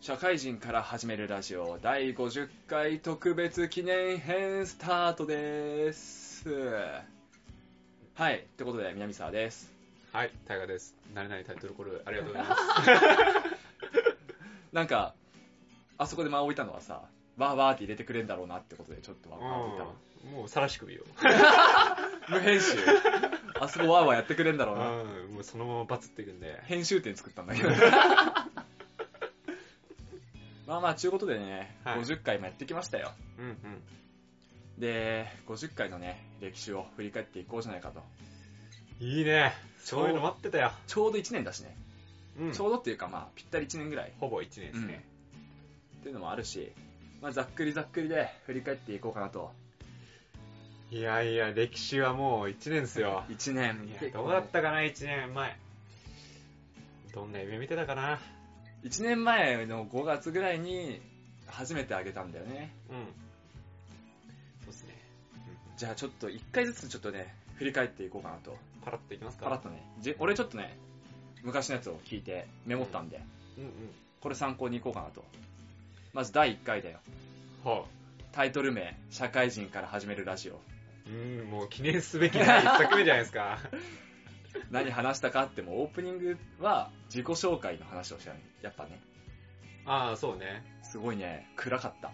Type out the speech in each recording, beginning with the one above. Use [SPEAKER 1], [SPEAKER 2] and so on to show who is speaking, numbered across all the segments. [SPEAKER 1] 社会人から始めるラジオ第50回特別記念編スタートですはいってことで南沢です
[SPEAKER 2] はい、大河です。慣れないタイトルコール、ありがとうござい ます。
[SPEAKER 1] なんかあそこで間を置いたのはさわーわーって入れてくれんだろうなってことでちょっと間を置いたわ
[SPEAKER 2] うんもう、さらし首を。
[SPEAKER 1] 無編集あそこわーわーやってくれんだろうな
[SPEAKER 2] うん、もうそのままバツっていくんで。
[SPEAKER 1] 編集点作ったんだけどまあまあちゅうことでね、
[SPEAKER 2] はい
[SPEAKER 1] 50回もやってきましたよ
[SPEAKER 2] うんうん。
[SPEAKER 1] で50回のね歴史を振り返っていこうじゃないかと
[SPEAKER 2] いいね。そういうの待ってたよ。
[SPEAKER 1] ちょうど1年だしね、
[SPEAKER 2] うん
[SPEAKER 1] ち。ょうどっていうかまあぴったり1年ぐらい
[SPEAKER 2] ほぼ1年ですね。
[SPEAKER 1] っていうのもあるし、まあ、ざっくりざっくりで振り返っていこうかなと
[SPEAKER 2] いやいや、歴史はもう1年ですよ。
[SPEAKER 1] 1年
[SPEAKER 2] いや、どうだったかな、1年前。どんな夢見てたかな。
[SPEAKER 1] 1年前の5月ぐらいに初めてあげたんだよね
[SPEAKER 2] うん。そうですね。
[SPEAKER 1] じゃあちょっと1回ずつちょっとね振り返っていこうかなと
[SPEAKER 2] パラッといきますか。
[SPEAKER 1] パラッとねじ俺ちょっとね昔のやつを聞いてメモったんで、
[SPEAKER 2] うんうん。
[SPEAKER 1] これ参考にいこうかなとまず第1回だよ
[SPEAKER 2] は
[SPEAKER 1] タイトル名「社会人から始めるラジオ」
[SPEAKER 2] あ、うん、もう記念すべき第1作目じゃないです か。
[SPEAKER 1] 何話したかってもオープニングは自己紹介の話をしたねやっぱね
[SPEAKER 2] ああ、そうね。
[SPEAKER 1] すごいね暗かった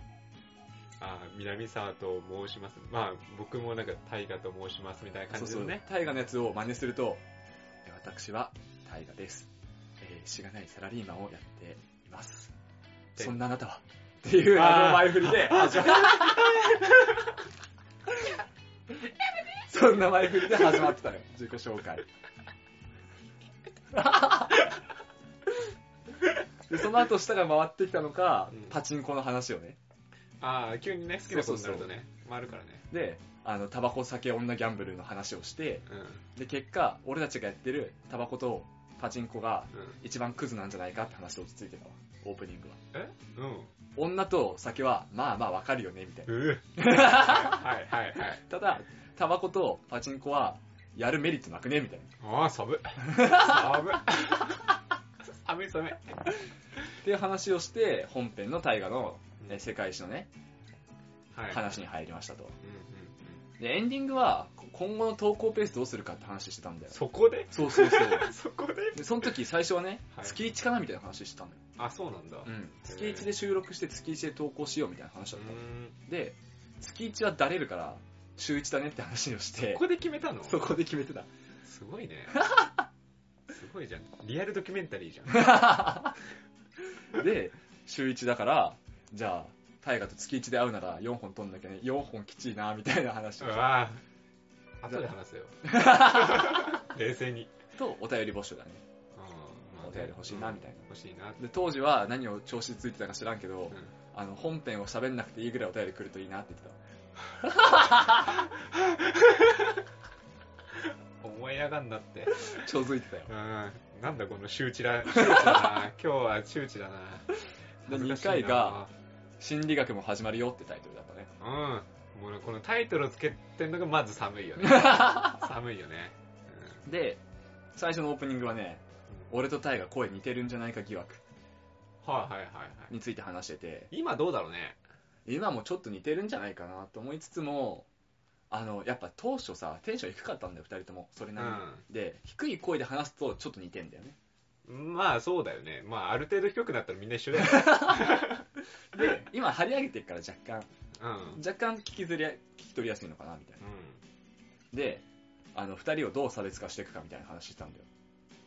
[SPEAKER 2] あ南沢と申します。まあ、僕もなんか、大河と申しますみたい
[SPEAKER 1] そ
[SPEAKER 2] な感
[SPEAKER 1] う
[SPEAKER 2] じ
[SPEAKER 1] そ
[SPEAKER 2] の
[SPEAKER 1] う
[SPEAKER 2] ね。
[SPEAKER 1] 大河のやつを真似するとえ私は大河です、えーしがないサラリーマンをやっています
[SPEAKER 2] で
[SPEAKER 1] そんなあなたはっていうあの
[SPEAKER 2] あー
[SPEAKER 1] 前振り で始まるそんな前振りで始まってたよ自己紹介 でその後下が回ってきたのか、
[SPEAKER 2] うん
[SPEAKER 1] パチンコの話をね
[SPEAKER 2] ああ、急にね、好きなこ
[SPEAKER 1] そう
[SPEAKER 2] と
[SPEAKER 1] そう
[SPEAKER 2] に
[SPEAKER 1] そう
[SPEAKER 2] なるとね、回るからね。
[SPEAKER 1] であのタバコ酒女ギャンブルの話をして
[SPEAKER 2] うん。
[SPEAKER 1] で結果俺たちがやってるタバコとパチンコが
[SPEAKER 2] う
[SPEAKER 1] 一番クズなんじゃないかって話で落ち着いてたわオープニングは
[SPEAKER 2] ん。うん。
[SPEAKER 1] 女と酒はまあまあわかるよねみたいうな
[SPEAKER 2] う はいはいはいはい。
[SPEAKER 1] ただタバコとパチンコはやるメリットなくねみたいな
[SPEAKER 2] ああ、寒い。寒い。寒い寒い。
[SPEAKER 1] っていう話をして本編の大河の、ね
[SPEAKER 2] うん
[SPEAKER 1] 世界史のね
[SPEAKER 2] はい。
[SPEAKER 1] 話に入りましたと
[SPEAKER 2] うんうんうん。
[SPEAKER 1] でエンディングはこ今後の投稿ペースどうするかって話してたんだよ
[SPEAKER 2] そこで
[SPEAKER 1] そうそうそう
[SPEAKER 2] そこで
[SPEAKER 1] でその時最初はね、
[SPEAKER 2] はい
[SPEAKER 1] 月1かなみたいな話してたんだよ
[SPEAKER 2] あ、そうなんだ。う
[SPEAKER 1] うん、月1で収録して月1で投稿しようみたいな話
[SPEAKER 2] ー
[SPEAKER 1] だったの、
[SPEAKER 2] ん。
[SPEAKER 1] で月1はだれるから週1だねって話をし
[SPEAKER 2] そ
[SPEAKER 1] て
[SPEAKER 2] こで決めたの
[SPEAKER 1] そこで決めてた
[SPEAKER 2] すご いね。すごいじゃん。リアルドキュメンタリーじゃん。
[SPEAKER 1] で週1だからじゃあ大河と月1で会うなら4本取んなきゃね4本きちいなみたいな話を
[SPEAKER 2] う
[SPEAKER 1] し
[SPEAKER 2] わぁ。後で 話せよ。冷静に。
[SPEAKER 1] てとお便り募集だね
[SPEAKER 2] うん
[SPEAKER 1] お便り欲しいなみたいな
[SPEAKER 2] 欲しいな。
[SPEAKER 1] で当時は何を調子ついてたか知らんけど、
[SPEAKER 2] ん
[SPEAKER 1] あの本編を喋んなくていいぐらいお便り来るといいなって言ってた
[SPEAKER 2] 思い上がんなって。
[SPEAKER 1] 調子づいてたよ
[SPEAKER 2] うん。なんだこの周知 だ。周知だな。今日は周知だな。
[SPEAKER 1] で
[SPEAKER 2] 恥ずかしいな
[SPEAKER 1] 二回が。心理学も始まるよってタイトルだったね
[SPEAKER 2] うん。もうねこのタイトルをつけてんのがまず寒いよ ね。寒いよね。
[SPEAKER 1] で最初のオープニングはね俺とタイが声似てるんじゃないか疑惑
[SPEAKER 2] うんはいはいはいはい。
[SPEAKER 1] について話してて
[SPEAKER 2] 今どうだろうね。
[SPEAKER 1] 今もちょっと似てるんじゃないかなと思いつつもあのやっぱ当初さテンション低かったんだよ2人ともそれなりに、で低い声で話すとちょっと似てんだよね
[SPEAKER 2] うん。まあそうだよね。まあある程度低くなったらみんな一緒 だよ。
[SPEAKER 1] で今張り上げてるから若干
[SPEAKER 2] うん。
[SPEAKER 1] 若干聞きずりゃ聞き取りやすいのかなみたいな
[SPEAKER 2] うん。
[SPEAKER 1] であの2人をどう差別化していくかみたいな話してたんだよ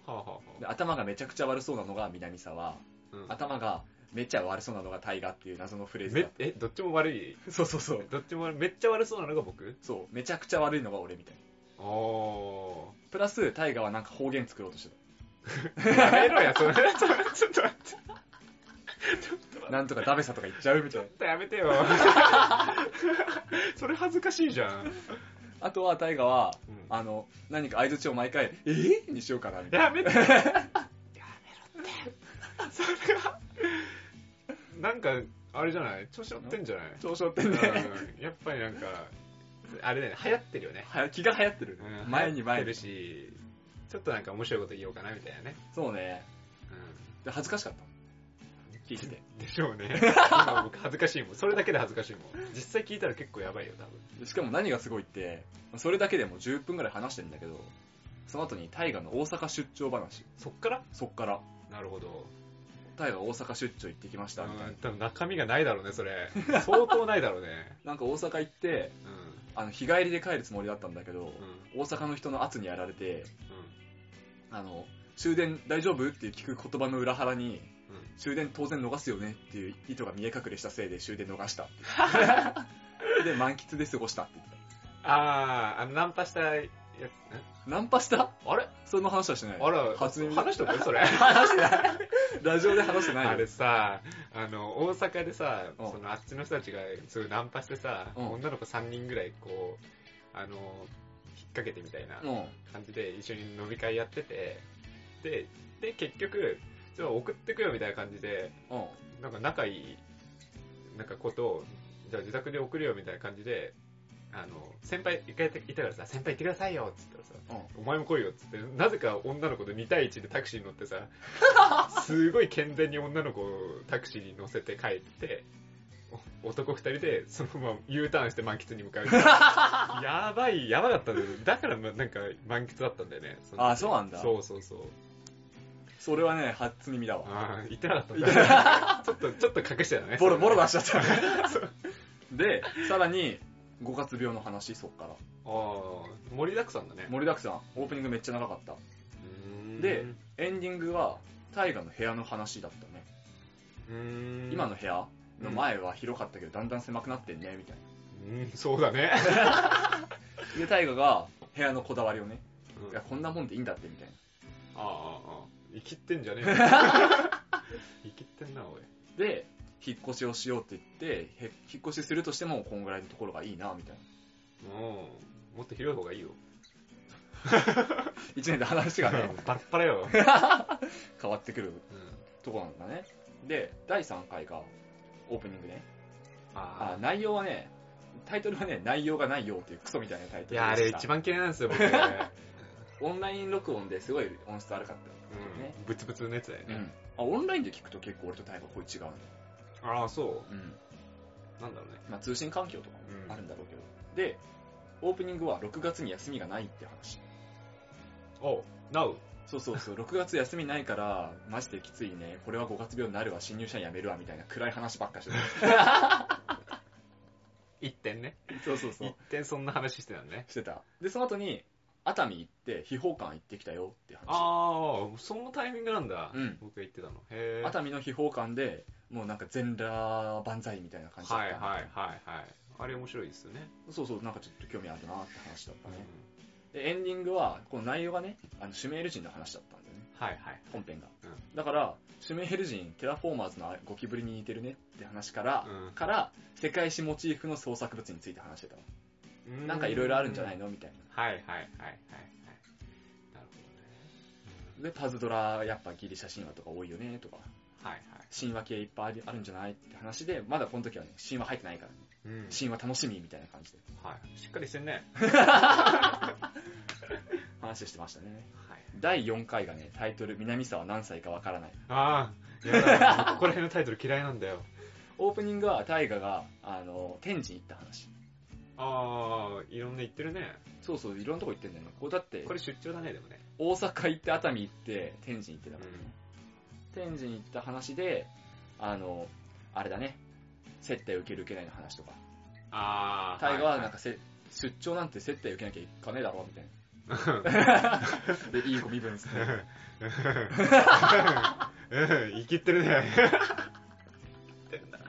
[SPEAKER 2] はあ、はあは
[SPEAKER 1] で頭がめちゃくちゃ悪そうなのが南沢
[SPEAKER 2] あうん
[SPEAKER 1] 頭がめっちゃ悪そうなのがタイガっていう謎のフレーズ
[SPEAKER 2] め
[SPEAKER 1] が
[SPEAKER 2] え、どっちも悪い
[SPEAKER 1] そうそうそう
[SPEAKER 2] どっちも悪いめっちゃ悪そうなのが僕
[SPEAKER 1] そうめちゃくちゃ悪いのが俺みたいな
[SPEAKER 2] おー。
[SPEAKER 1] プラスタイガはなんか方言作ろうとしてた
[SPEAKER 2] やめろや、それ。それちょっと待って。
[SPEAKER 1] なんとかダメさとか言っちゃうみたいな
[SPEAKER 2] ちょっとやめてよ。 それ恥ずかしいじゃん。
[SPEAKER 1] あとは大河は、
[SPEAKER 2] うん
[SPEAKER 1] あの、何か相槌を毎回、えー、にしようかな、みたいな。
[SPEAKER 2] やめて。やめろって。それは、なんか、あれじゃない 調子乗ってんじゃない
[SPEAKER 1] 調子乗ってんね。
[SPEAKER 2] うんやっぱりなんか、あれだよね、流行ってるよね。
[SPEAKER 1] はや気が流行ってるね。
[SPEAKER 2] うん
[SPEAKER 1] 前に前に。
[SPEAKER 2] 流行ってるし、ちょっとなんか面白いこと言おうかなみたいなね。
[SPEAKER 1] そうね。
[SPEAKER 2] う
[SPEAKER 1] で恥ずかしかっ
[SPEAKER 2] ん
[SPEAKER 1] 聞いてて。
[SPEAKER 2] でしょ うね。今僕恥ずかしいもん。それだけで恥ずかしいもん。実際聞いたら結構やばいよ、多分。
[SPEAKER 1] でしかも何がすごいって、それだけでも10分ぐらい話してんだけど、その後に大河の大阪出張話。
[SPEAKER 2] そっから
[SPEAKER 1] そっから、
[SPEAKER 2] なるほど。
[SPEAKER 1] 大河大阪出張行ってきました、みたいな
[SPEAKER 2] うん。多分中身がないだろうね、そ れ。相当ないだろうね。
[SPEAKER 1] なんか大阪行って、
[SPEAKER 2] うん。
[SPEAKER 1] あの、日帰りで帰るつもりだったんだけど、
[SPEAKER 2] うん。
[SPEAKER 1] 大阪の人の圧にやられて、
[SPEAKER 2] う
[SPEAKER 1] あの、終電大丈夫って聞く言葉の裏腹に、
[SPEAKER 2] ん。
[SPEAKER 1] 終電当然逃すよねっていう意図が見え隠れしたせいで終電逃したって いうで、満喫で過ごしたって言って
[SPEAKER 2] あー、あの、ナンパしたやつ。ん
[SPEAKER 1] た。ナンパした
[SPEAKER 2] あれ
[SPEAKER 1] その話はしてない。
[SPEAKER 2] あら、
[SPEAKER 1] 初耳だ
[SPEAKER 2] 話したことそれ。
[SPEAKER 1] 話してない。ラジオで話してないよ
[SPEAKER 2] あれさ、あの、大阪でさ、
[SPEAKER 1] うん
[SPEAKER 2] そのあっちの人たちが、そういうナンパしてさ、
[SPEAKER 1] うん
[SPEAKER 2] 女の子3人ぐらい、こう、あの、引っ掛けてみたいな
[SPEAKER 1] うん。
[SPEAKER 2] 感じで一緒に飲み会やってて、で、で、結局、ちょっと送ってくよみたいな感じで、
[SPEAKER 1] うん。
[SPEAKER 2] なんか仲いい、なんかことを、じゃあ自宅で送るよみたいな感じで、あの、先輩、一回やっていたからさ、先輩行ってくださいよっつったらさ、お前も来いよっつって、なぜか女の子と2対1でタクシーに乗っ てさ、すごい健全に女の子をタクシーに乗せて帰って、お男2人でそのまま U ターンして満喫に向かう。 やばい、やばかったんだよ。だからまなんか満喫だったんだよね。の時
[SPEAKER 1] あそうなんだ
[SPEAKER 2] そうそうそう。
[SPEAKER 1] それはね、初耳だわ。
[SPEAKER 2] ああ、言ってなかった んだ。ちょっと、ちょっと隠してたね。
[SPEAKER 1] ボロボロ
[SPEAKER 2] だ。
[SPEAKER 1] 出しちゃった。 で、さらに、五月病の話、そっから。
[SPEAKER 2] ああ、盛りだくさんだね。
[SPEAKER 1] 盛りだくさん、オープニングめっちゃ長かった。
[SPEAKER 2] うーん
[SPEAKER 1] で、エンディングは、大河の部屋の話だったね。
[SPEAKER 2] うーん
[SPEAKER 1] 今の部屋の前は広かったけど、だんだん狭くなってんね、みたいな。
[SPEAKER 2] うん、そうだね。
[SPEAKER 1] で、大河が、部屋のこだわりをね、
[SPEAKER 2] う
[SPEAKER 1] い
[SPEAKER 2] ん
[SPEAKER 1] や、こんなもんでいいんだって、みたいな。
[SPEAKER 2] ああ、ああ、生きってんじゃねえ よ生きってんな、おい。
[SPEAKER 1] で、引っ越しをしようって言って、へ引っ越しするとしても、こんぐらいのところがいいな、みたいな。
[SPEAKER 2] うん。もっと広い方がいいよ。
[SPEAKER 1] 一年で話が ね、
[SPEAKER 2] バッパラよ。
[SPEAKER 1] 変わってくる
[SPEAKER 2] うん
[SPEAKER 1] とこなんだね。で、第3回が、オープニングね。あ
[SPEAKER 2] あ、あ。
[SPEAKER 1] 内容はね、タイトルはね、内容がないよっていうクソみたいなタイトル
[SPEAKER 2] いや、あれ一
[SPEAKER 1] 番。
[SPEAKER 2] 番嫌いなんですよ、僕。 ね
[SPEAKER 1] オンライン録音ですごい音質悪かったね
[SPEAKER 2] うん。ブツブツのやつだよ
[SPEAKER 1] よね
[SPEAKER 2] ね。。
[SPEAKER 1] あ、オンラインで聞くと結構俺とタイガー声違うね。
[SPEAKER 2] ああ、そ
[SPEAKER 1] うん。
[SPEAKER 2] う。なんだろうね。
[SPEAKER 1] まあ通信環境とか
[SPEAKER 2] うん
[SPEAKER 1] もあるんだろうけど。で、オープニングは6月に休みがないって話。
[SPEAKER 2] おう、なう。
[SPEAKER 1] そうそうそう、6月休みないから、マジできついね。これは5月病になるわ、新入社員辞めるわ、みたいな暗い話ばっかして
[SPEAKER 2] 一点ね。
[SPEAKER 1] た。そうそうそ
[SPEAKER 2] 一
[SPEAKER 1] う。
[SPEAKER 2] 点そんな話してたのね。
[SPEAKER 1] してた。で、その後に、熱海行って、秘宝館行ってきたよっていう話。
[SPEAKER 2] ああ、そのタイミングなんだ。
[SPEAKER 1] うん
[SPEAKER 2] 僕が言ってたの。へえ。
[SPEAKER 1] 熱海の秘宝館で、もうなんか全裸万歳みたいな感じだっ
[SPEAKER 2] は
[SPEAKER 1] た
[SPEAKER 2] い
[SPEAKER 1] ね、
[SPEAKER 2] はいはいはい。あれ面白いですよね。
[SPEAKER 1] そうそう、なんかちょっと興味あるなって話だった
[SPEAKER 2] うん
[SPEAKER 1] ね。で、エンディングは、この内容がね、あのシュメール人の話だったんだよね、
[SPEAKER 2] はいはい。
[SPEAKER 1] 本編が。
[SPEAKER 2] う
[SPEAKER 1] だから、シュメール人、テラフォーマーズのゴキブリに似てるねって話から、
[SPEAKER 2] う
[SPEAKER 1] から、世界史モチーフの創作物について話してたの。なんかいろいろあるんじゃないのみたい
[SPEAKER 2] はいはいはいはいはい。なる
[SPEAKER 1] な。で、パズドラ、やっぱギリシャ神話とか多いよねとか、
[SPEAKER 2] ほどね。はいはい。
[SPEAKER 1] 神話系いっぱいあるあるんじゃないって話で、まだこの時はね、神話入ってないから、ね、
[SPEAKER 2] うん。
[SPEAKER 1] 神話楽しみみたいな感じで
[SPEAKER 2] はい。しっかりしてんね。
[SPEAKER 1] 話してましたね。
[SPEAKER 2] はい。
[SPEAKER 1] 第4回がね、タイトル、南沢何歳かわからない。
[SPEAKER 2] ああ、やだ。ここら辺のタイトル嫌いなんだよ。
[SPEAKER 1] オープニングは大河が、あの、天神行った話。
[SPEAKER 2] ああ、いろんな言ってるね。
[SPEAKER 1] そうそう、いろんなとこ行ってんだよね。こうだって
[SPEAKER 2] こ、れ出張だね、でもね。
[SPEAKER 1] 大阪行って、熱海行って、天神行ってた
[SPEAKER 2] う
[SPEAKER 1] か
[SPEAKER 2] ん
[SPEAKER 1] ら、天神行った話で、あの、あれだね、接待受ける受けないの話とか。
[SPEAKER 2] ああ。
[SPEAKER 1] 大河はなん
[SPEAKER 2] か。
[SPEAKER 1] かせ、出張なんて接待受けなきゃいかねえだろ、みたい な。で、いい子身分ですね。
[SPEAKER 2] うん、生きってるね。生きってんな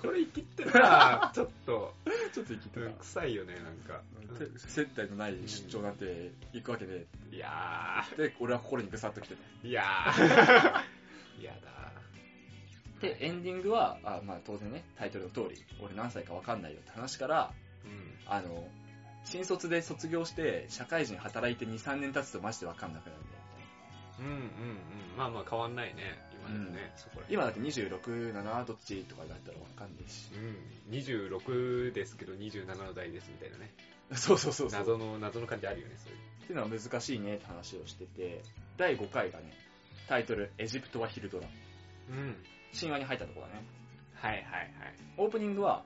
[SPEAKER 2] これ生きってる な。ちょっと、
[SPEAKER 1] ちょっと生きて
[SPEAKER 2] うん
[SPEAKER 1] た。
[SPEAKER 2] 臭いよね、なんか。
[SPEAKER 1] て接待のない出張なんて行くわけで、
[SPEAKER 2] いや
[SPEAKER 1] で、俺は心にぐさっときてた。
[SPEAKER 2] ー、いや ー。いやだ。
[SPEAKER 1] で、エンディングは、あまあ当然ね、タイトルの通り、俺何歳かわかんないよって話から、
[SPEAKER 2] うん。
[SPEAKER 1] あの、新卒で卒業して、社会人働いて2、3年経つとマジでわかんなくなるんだよみたい
[SPEAKER 2] うんうんうん。まあまあ変わんないね。今でもね、そこら
[SPEAKER 1] な。今だって26、7、どっちとかだったらわかんないし。
[SPEAKER 2] うん、26ですけど27の代ですみたいなね。
[SPEAKER 1] そうそうそうそう。っ
[SPEAKER 2] 謎の、謎の感じあるよね、そういう。
[SPEAKER 1] ていうのは難しいねって話をしてて、第5回がね、タイトル、エジプトは昼ドラ。
[SPEAKER 2] うん。
[SPEAKER 1] 神話に入ったとこだね。
[SPEAKER 2] はいはいはい。
[SPEAKER 1] オープニングは、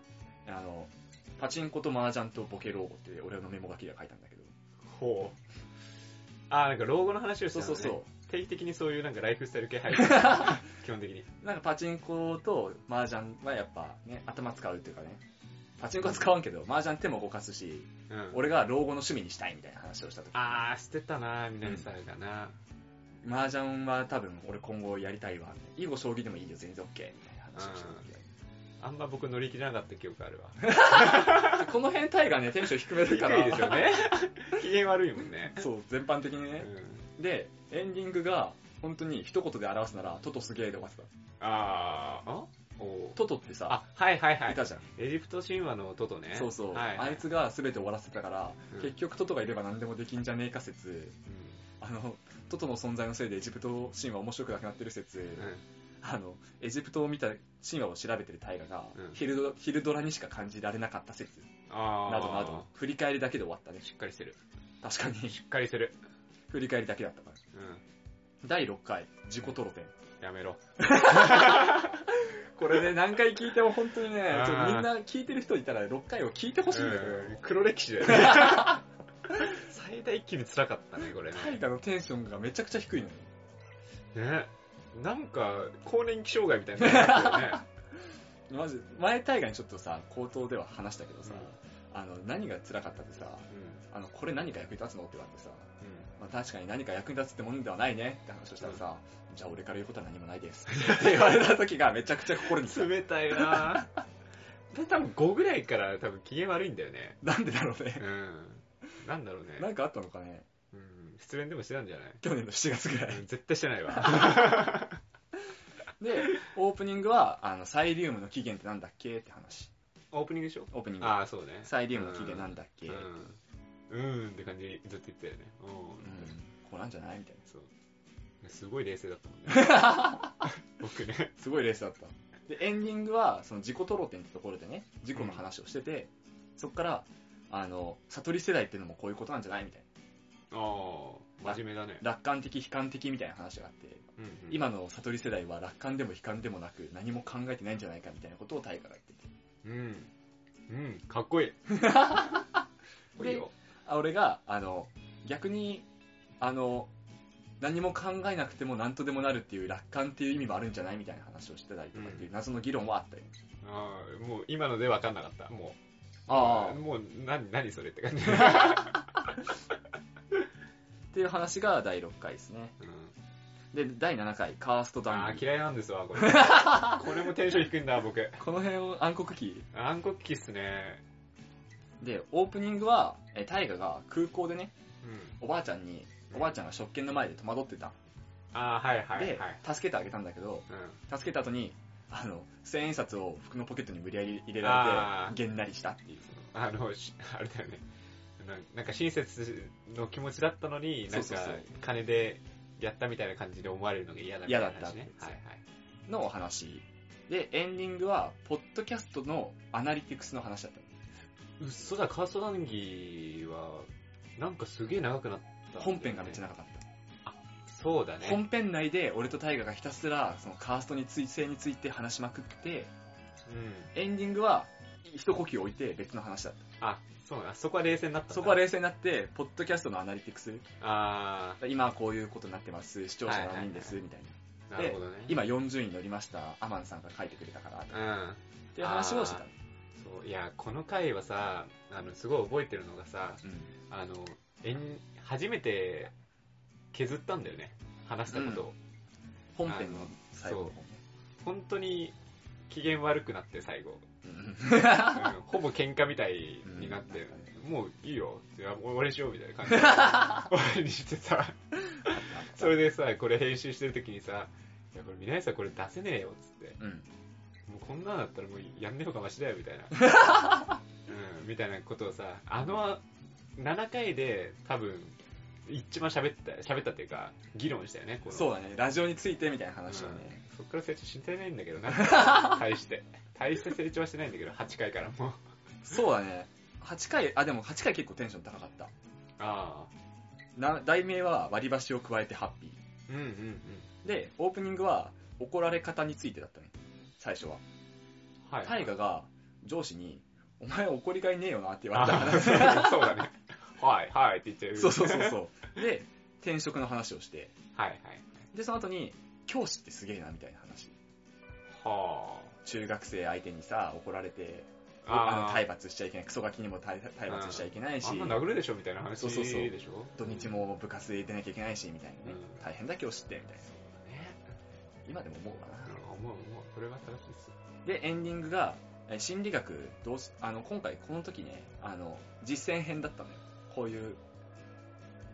[SPEAKER 1] あの、パチンコとマージャンとボケ老後って俺のメモ書きで書いたんだけど。
[SPEAKER 2] ほう。あー、なんか老後の話をし
[SPEAKER 1] そ
[SPEAKER 2] て
[SPEAKER 1] う
[SPEAKER 2] たの
[SPEAKER 1] そ
[SPEAKER 2] ね。
[SPEAKER 1] うそう。
[SPEAKER 2] 定期的にそういうなんかライフスタイル 系入ってる。基本的に。
[SPEAKER 1] なんかパチンコと麻雀はやっぱね、頭使うっていうかね、パチンコは使わんけど、麻雀手も動かすし、
[SPEAKER 2] うん。
[SPEAKER 1] 俺が老後の趣味にしたいみたいな話をした時
[SPEAKER 2] あー、してたなみなみさんだな、
[SPEAKER 1] 麻雀は多分俺今後やりたいわ、囲碁将棋でもいいよ、全然 OK みたいな話をした時で、
[SPEAKER 2] あんま僕乗り切らなかった記憶 あるわ。
[SPEAKER 1] この辺タイがね、テンション低めだ
[SPEAKER 2] 低い
[SPEAKER 1] から、
[SPEAKER 2] ですよね。機嫌悪いもんね。
[SPEAKER 1] そう、全般的に
[SPEAKER 2] う
[SPEAKER 1] ね。
[SPEAKER 2] ん。
[SPEAKER 1] で、エンディングが、本当に一言で表すなら、トトすげえで終わってた。
[SPEAKER 2] あー、あお
[SPEAKER 1] トトってさ、
[SPEAKER 2] あ、はいはいはい
[SPEAKER 1] い。たじゃん。
[SPEAKER 2] エジプト神話のトトね。
[SPEAKER 1] そうそう、
[SPEAKER 2] はい、
[SPEAKER 1] あいつが全て終わらせたから、
[SPEAKER 2] うん
[SPEAKER 1] 結局トトがいれば何でもできんじゃねえか説、あの、トトの存在のせいでエジプト神話面白くなくなってる説、
[SPEAKER 2] うん。うん
[SPEAKER 1] あの、エジプトを見た神話を調べてる大河が、
[SPEAKER 2] うん
[SPEAKER 1] ヒルド、ヒルドラにしか感じられなかった説、
[SPEAKER 2] あー
[SPEAKER 1] などなど、振り返りだけで終わったね。
[SPEAKER 2] しっかりしてる。
[SPEAKER 1] 確かに、
[SPEAKER 2] しっかりしてる。
[SPEAKER 1] 振り返りだけだったから。
[SPEAKER 2] う
[SPEAKER 1] 第6回、自己トロペン。
[SPEAKER 2] ん。やめろ。
[SPEAKER 1] これね、何回聞いても本当にね、
[SPEAKER 2] あー
[SPEAKER 1] ちょっとみんな聞いてる人いたら6回を聞いてほしいんだけど、
[SPEAKER 2] うん黒歴史だ よね。最大級に辛かったね、これね。
[SPEAKER 1] 大河のテンションがめちゃくちゃ低いのよ。
[SPEAKER 2] ね。なんか、更年期障害みたいになのがあ ったよね。
[SPEAKER 1] まず前大河にちょっとさ口頭では話したけどさ、あの何が辛かったってさあのこれ何か役に立つのって言われてさ、
[SPEAKER 2] う
[SPEAKER 1] まあ、確かに何か役に立つってもんではないねって話をしたらさ、じゃあ俺から言うことは何もないですって言われた時がめちゃくちゃ心にきた
[SPEAKER 2] ん。冷たいなぁ。で、多分5ぐらいから多分機嫌悪いんだよね。
[SPEAKER 1] なんでだろうね
[SPEAKER 2] うん。なんだろうね。
[SPEAKER 1] 何かあったのかね
[SPEAKER 2] うん。失恋でもしてたんじゃない
[SPEAKER 1] 去年の7月ぐらい
[SPEAKER 2] うん絶対してないわ。
[SPEAKER 1] でオープニングはあのサイリウムの起源ってなんだっけって話
[SPEAKER 2] オープニングでしょ
[SPEAKER 1] オープニング
[SPEAKER 2] ああ、そうね。
[SPEAKER 1] サイリウムの起源なんだっけ、
[SPEAKER 2] う
[SPEAKER 1] うん
[SPEAKER 2] ん。うーんって感じずっと言ってたよね。うん。
[SPEAKER 1] こうなんじゃないみたいな
[SPEAKER 2] そう。すごい冷静だったもんね。 僕ね。
[SPEAKER 1] すごいレースだった。で、エンディングは、その自己トロテンってところでね、自己の話をしてて、そっから、あの、悟り世代っていうのもこういうことなんじゃないみたい
[SPEAKER 2] ああ、真面目だね。
[SPEAKER 1] な。楽観的、悲観的みたいな話があって、
[SPEAKER 2] うんうん、
[SPEAKER 1] 今の悟り世代は楽観でも悲観でもなく、何も考えてないんじゃないかみたいなことを大河が言ってて。
[SPEAKER 2] うん。うん、かっこいい。 かっこいいよ。
[SPEAKER 1] あ俺が、あの、逆に、あの、何も考えなくても何とでもなるっていう楽観っていう意味もあるんじゃないみたいな話をしてたりとかっていう謎の議論はあったよ。
[SPEAKER 2] あーもう今ので分かんなかった。もう。
[SPEAKER 1] ああ
[SPEAKER 2] もう、何、何それって感 じ。
[SPEAKER 1] っていう話が第6回ですね。
[SPEAKER 2] うん、
[SPEAKER 1] で、第7回、カーストダ
[SPEAKER 2] あ
[SPEAKER 1] ウ
[SPEAKER 2] あ
[SPEAKER 1] ン、。
[SPEAKER 2] 嫌いなんですわ、 これ。これもテンション低いんだ、僕。
[SPEAKER 1] この辺を暗黒期
[SPEAKER 2] 暗黒期っすね。
[SPEAKER 1] でオープニングはえー大河が空港でね
[SPEAKER 2] うん。
[SPEAKER 1] おばあちゃんにおばあちゃんが食券の前で戸惑ってた、
[SPEAKER 2] ああ、はいはい
[SPEAKER 1] で
[SPEAKER 2] はい。
[SPEAKER 1] 助けてあげたんだけど
[SPEAKER 2] うん。
[SPEAKER 1] 助けた後にあの千円札を服のポケットに無理やり入れら
[SPEAKER 2] あー
[SPEAKER 1] れてげんなりしたっていう
[SPEAKER 2] あの、しあれだよね。 ななんか親切の気持ちだったのに、なんか
[SPEAKER 1] そうそうそう
[SPEAKER 2] 金でやったみたいな感じで思われるのが嫌だみたいな話ね。
[SPEAKER 1] 嫌だったって
[SPEAKER 2] はいはい。
[SPEAKER 1] のお話でエンディングはポッドキャストのアナリティクスの話だっ
[SPEAKER 2] うっそだ、カースト談義は、なんかすげえ長くなった、
[SPEAKER 1] た本編がめっちゃ長
[SPEAKER 2] 長
[SPEAKER 1] かった、
[SPEAKER 2] そうだね。
[SPEAKER 1] 本編内で俺と大河がひたすらそのカーストについ性について話しまくって
[SPEAKER 2] うん。
[SPEAKER 1] エンディングは一呼吸置いて別の話だった
[SPEAKER 2] あ、そうだ、そこは冷静になったんだ
[SPEAKER 1] そこは冷静になって、ポッドキャストのアナリティクス、
[SPEAKER 2] あ
[SPEAKER 1] 今はこういうことになってます、視聴者何人です、みたいな。
[SPEAKER 2] ー、なるほどね。
[SPEAKER 1] 今40位に乗りました、アマンさんが書いてくれたから、っ
[SPEAKER 2] うん。
[SPEAKER 1] ていう話をしてた
[SPEAKER 2] あ。そう、いや、この回はさ、あの、すごい覚えてるのがさ、
[SPEAKER 1] うん
[SPEAKER 2] あの、えん、初めて削ったんだよね。話したことを。
[SPEAKER 1] 本編の最後の方ね。
[SPEAKER 2] 本当に機嫌悪くなって、最 後。
[SPEAKER 1] うん
[SPEAKER 2] うんほぼ喧嘩みたいになって、
[SPEAKER 1] うんなんか
[SPEAKER 2] もういいよ、いや俺俺しようみたいな 感じで、終わりにしてさ、それでさ、これ編集してる時にさ、いや、これ、みなさんこれ出せねえよ、つって。
[SPEAKER 1] うん
[SPEAKER 2] もうこんなんだったらもうやんねえ方がマシだよ、みたいな。 うん、みたいなことをさ、あの、7回で多分、一番喋った、喋ったっていうか、議論したよね、この
[SPEAKER 1] そうだね、ラジオについてみたいな話をね。
[SPEAKER 2] うんそっから成長してないんだけどな。 大して。大して成長はしてないんだけど、8回からもう。
[SPEAKER 1] そうだね、8回、あ、でも8回結構テンション高かった。
[SPEAKER 2] ああ。
[SPEAKER 1] な題名は割り箸を加えてハッピー。
[SPEAKER 2] うんうんうん。
[SPEAKER 1] で、オープニングは怒られ方についてだったね。最初は。
[SPEAKER 2] はい。
[SPEAKER 1] 大我が上司に、お前怒りがいねえよなって言われた
[SPEAKER 2] あ
[SPEAKER 1] 話。
[SPEAKER 2] そうだねそうだね。はい、はいって言っちゃう。
[SPEAKER 1] そうそうそうそう。で、転職の話をして、
[SPEAKER 2] はい、はい。
[SPEAKER 1] で、その後に、教師ってすげえなみたいな話。
[SPEAKER 2] は
[SPEAKER 1] 中学生相手にさ、怒られて、
[SPEAKER 2] あ。あ
[SPEAKER 1] あの
[SPEAKER 2] あ
[SPEAKER 1] 体罰しちゃいけない、クソガキにも体体罰しちゃいけないし
[SPEAKER 2] あ、んな殴るでしょみたいな話
[SPEAKER 1] そ
[SPEAKER 2] で
[SPEAKER 1] う
[SPEAKER 2] しょ
[SPEAKER 1] そうそう土
[SPEAKER 2] 土
[SPEAKER 1] 日も部活で出なきゃいけないし、みたいなね。
[SPEAKER 2] うん
[SPEAKER 1] 大変だ教師って、みたいな。
[SPEAKER 2] ね。
[SPEAKER 1] 今でも思うわな。
[SPEAKER 2] なんか思う、思う。これは正しいっす。
[SPEAKER 1] で、エンディングが、えー心理学どうし、あの、今回この時ね、あの、実践編だったのよ。こういう、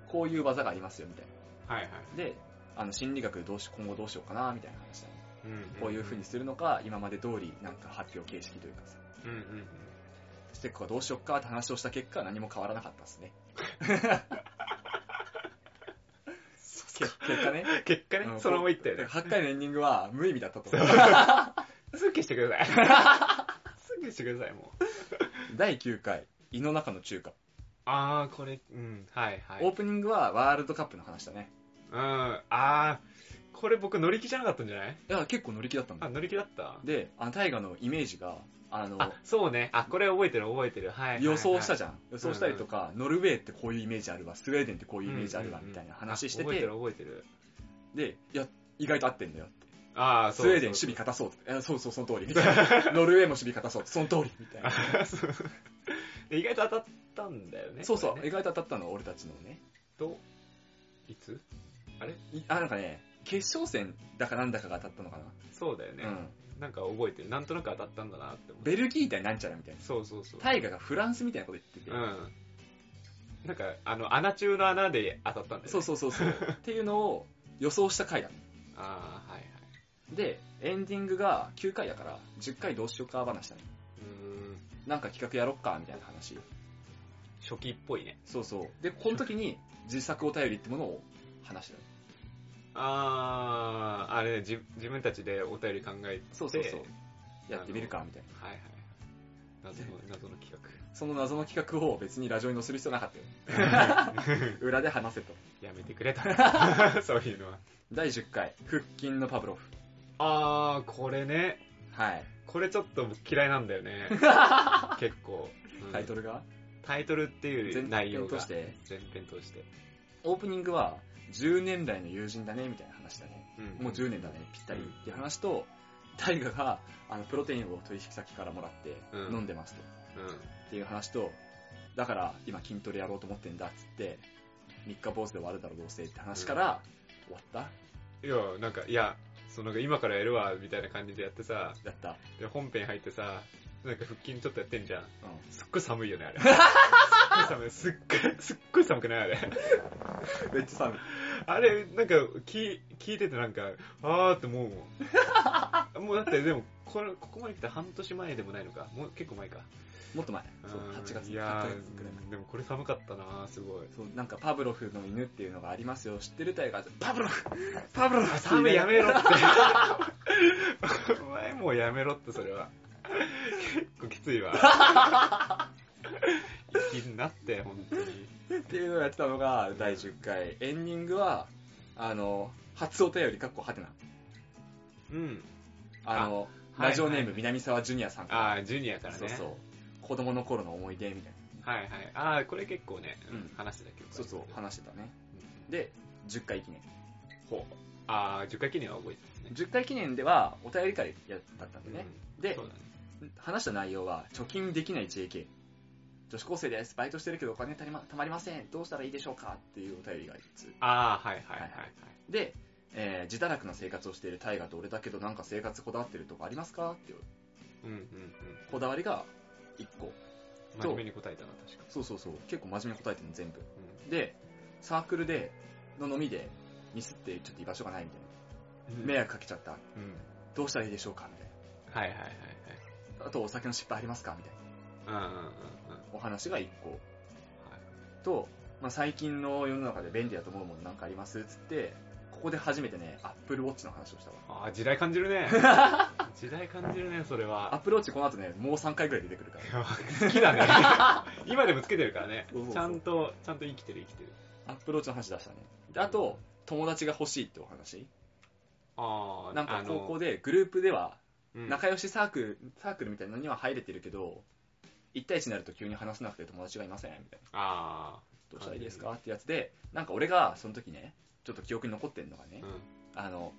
[SPEAKER 1] こういう技がありますよ、みたい
[SPEAKER 2] はい、はい。
[SPEAKER 1] な。で、あの、心理学どうし、今後どうしようかな、みたいな話だね。
[SPEAKER 2] うん
[SPEAKER 1] こういう風にするのか、今まで通り、なんか発表形式というかさ、
[SPEAKER 2] うんうんうん。
[SPEAKER 1] してここどうしよっかって話をした結果、何も変わらなかったですね。結結果ね。
[SPEAKER 2] 結果ね
[SPEAKER 1] う、ん
[SPEAKER 2] そのまま言ったよね。
[SPEAKER 1] 8回のエンディングは無意味だったと思う。
[SPEAKER 2] すぐ消してください。すぐ消してください、もう。
[SPEAKER 1] 第9回、胃の中の中華。
[SPEAKER 2] あー、これ、うん、はいはい。
[SPEAKER 1] オープニングはワールドカップの話だね。
[SPEAKER 2] うん、あー、これ僕乗り気じゃなかったんじゃない
[SPEAKER 1] いや、結構乗り気だったんだ
[SPEAKER 2] あ、
[SPEAKER 1] よ。
[SPEAKER 2] 乗り気だった
[SPEAKER 1] で、あの、大河のイメージが、あの、
[SPEAKER 2] あ、そうね。あ、これ覚えてる覚えてる。はいはいはい。
[SPEAKER 1] 予想したじ
[SPEAKER 2] ゃん。
[SPEAKER 1] ゃん。予想したりとか、ノルウェーってこういうイメージあるわ、スウェーデンってこういうイメージあるわ、みたいな話して
[SPEAKER 2] あ覚えて
[SPEAKER 1] て
[SPEAKER 2] る、覚えてる。
[SPEAKER 1] で、いや、意外と合ってんだよ。
[SPEAKER 2] あー、
[SPEAKER 1] ス
[SPEAKER 2] そう
[SPEAKER 1] ウ
[SPEAKER 2] そう。
[SPEAKER 1] ェーデン守備勝たそうって。いやそうそう、その通り。みたいなノルウェーも守備勝たそうって。その 通り。みたいな。
[SPEAKER 2] あそう意外と当たったんだよね。
[SPEAKER 1] そうそう
[SPEAKER 2] こ、れ
[SPEAKER 1] 意
[SPEAKER 2] ね
[SPEAKER 1] 外と当たったの、俺たちのね。
[SPEAKER 2] と、いつ
[SPEAKER 1] いあ、なんかね、決勝戦だかなんだかが当たったのか
[SPEAKER 2] そうだよ
[SPEAKER 1] な。
[SPEAKER 2] ね、
[SPEAKER 1] うん。
[SPEAKER 2] なんか覚えてる。なんとなく当たったんだなって思う。
[SPEAKER 1] ベルギー対なんちゃらみたいな。
[SPEAKER 2] そうそうそう。
[SPEAKER 1] 大河がフランスみたいなこと言ってて。
[SPEAKER 2] うん。なんか、あの、穴中の穴で当たったんだよね。
[SPEAKER 1] そうそうそう そう。っていうのを予想した回だね。
[SPEAKER 2] ああ、はいはい。
[SPEAKER 1] で、エンディングが9回だから、10回どうしようか話だね。
[SPEAKER 2] うーん、
[SPEAKER 1] なんか企画やろっか、みたいな話。
[SPEAKER 2] 初期っぽいね。
[SPEAKER 1] そうそう。で、この時に自作お便りってものを話したね。
[SPEAKER 2] ああ、あれね、じ自分たちでお便り考えて、
[SPEAKER 1] そうそうそう
[SPEAKER 2] で。
[SPEAKER 1] やってみるか、みたいな。
[SPEAKER 2] はいはい。謎の、謎の企画。
[SPEAKER 1] その謎の企画を別にラジオに載せる必要なかったよ。 裏で話せと。
[SPEAKER 2] やめてくれ た。そういうのは。
[SPEAKER 1] 第10回、腹筋のパブロフ。
[SPEAKER 2] あー、これね。
[SPEAKER 1] はい。
[SPEAKER 2] これちょっと僕嫌いなんだよ ね。結構、うん
[SPEAKER 1] タイトルが、
[SPEAKER 2] タイトルっていうより内容
[SPEAKER 1] と
[SPEAKER 2] が。
[SPEAKER 1] して、
[SPEAKER 2] 前編通して。
[SPEAKER 1] オープニングは、10年来の友人だね、みたいな話だね。もう10年だね、ぴったりっていう話と、大河が、あの、プロテインを取引先からもらって、
[SPEAKER 2] うん
[SPEAKER 1] 飲んでますと。
[SPEAKER 2] うん。
[SPEAKER 1] っていう話と、だから今筋トレやろうと思ってんだっつって、3日坊主で終わるだろうどうせって話から、終わった
[SPEAKER 2] いや、なんか、いや、そのなんか今からやるわ、みたいな感じでやってさ、
[SPEAKER 1] やった。
[SPEAKER 2] で本編入ってさ、なんか腹筋ちょっとやってんじゃん。
[SPEAKER 1] う
[SPEAKER 2] すっごい寒いよね、あ れ。すっごい寒い。すっごい、すっごい寒くないあ れ。
[SPEAKER 1] ん。めっちゃ寒い。
[SPEAKER 2] あれ、なんか、聞、聞いててなんか、あーって思うも ん。もうだって、でも、これ、ここまで来た半年前でもないのか。もう結構前か。
[SPEAKER 1] もっと前。そう、
[SPEAKER 2] うん
[SPEAKER 1] 8月、
[SPEAKER 2] い
[SPEAKER 1] 8
[SPEAKER 2] や
[SPEAKER 1] ヶ
[SPEAKER 2] ー
[SPEAKER 1] 月くらい前。
[SPEAKER 2] でもこれ寒かったなすごい。
[SPEAKER 1] そう、なんかパブロフの犬っていうのがありますよ。知ってるタイガーパブロ フパブロフ
[SPEAKER 2] 寒いやめろって。 お前もうやめろって、それは。結構きついわ。 息になって、本当に。
[SPEAKER 1] っていうのをやってたのが第10回。エンディングは、あの、初お便り、かっこはてな。
[SPEAKER 2] うん。
[SPEAKER 1] あの、
[SPEAKER 2] あ
[SPEAKER 1] ラジオネーム、
[SPEAKER 2] はいはい
[SPEAKER 1] 南沢ジュニアさん
[SPEAKER 2] ああ、ジュニアからね。
[SPEAKER 1] そうそう。子供の頃の思い出みたいな。
[SPEAKER 2] はいはい。ああ、これ結構ね、う
[SPEAKER 1] うん
[SPEAKER 2] ん、話してたけど。
[SPEAKER 1] そうそう、話してたね。
[SPEAKER 2] うん
[SPEAKER 1] で、10回記念。
[SPEAKER 2] ほう。ああ、10回記念は覚えてますね。
[SPEAKER 1] 10回記念ではお便り会やだったんでね、
[SPEAKER 2] うん
[SPEAKER 1] で
[SPEAKER 2] そうだね。
[SPEAKER 1] 話した内容は貯金できない JK 女子高生ですバイトしてるけどお金たりまたまりませんどうしたらいいでしょうかっていうお便りが1つ
[SPEAKER 2] ああ、はいはいはい
[SPEAKER 1] は
[SPEAKER 2] はいい。
[SPEAKER 1] で、えー自堕落な生活をしている大河と俺だけどなんか生活こだわってるとこありますかっていう
[SPEAKER 2] うんうんうん。
[SPEAKER 1] こだわりが1個
[SPEAKER 2] 真面目に答えたな、確か。
[SPEAKER 1] そうそうそう結構真面目に答えてるの全部でサークルでの飲みでミスってちょっと居場所がないみたい
[SPEAKER 2] うん。
[SPEAKER 1] な迷惑かけちゃった
[SPEAKER 2] うん。
[SPEAKER 1] どうしたらいいでしょうかみたい
[SPEAKER 2] はいはいはいはい。
[SPEAKER 1] なあとお酒の失敗ありますかみたいな
[SPEAKER 2] うんうんうんうん。
[SPEAKER 1] お話が1個と、まあ、最近の世の中で便利だと思うものなんかありますっつって、ここで初めてね、Apple Watch の話をしたわ。
[SPEAKER 2] ああ、時代感じる ね。時代感じるね、それは。
[SPEAKER 1] Apple Watch この後ね、もう3回ぐらい出てくるから。
[SPEAKER 2] 好き だね。今でもつけてるからね
[SPEAKER 1] そうそうそう。
[SPEAKER 2] ちゃんと、ちゃんと生きてる生きてる。
[SPEAKER 1] Apple Watch の話出したね。で、あと、友達が欲しいってお話。
[SPEAKER 2] ああ、
[SPEAKER 1] なんか
[SPEAKER 2] あの
[SPEAKER 1] 高校でグループでは
[SPEAKER 2] うん
[SPEAKER 1] 仲良しサークルサークルみたいなのには入れてるけど1対1になると急に話せなくて友達がいませんみたいな
[SPEAKER 2] あ
[SPEAKER 1] どうしたらいいですかってやつでなんか俺がその時ねちょっと記憶に残ってるのが
[SPEAKER 2] あ、
[SPEAKER 1] ね
[SPEAKER 2] うん、
[SPEAKER 1] あの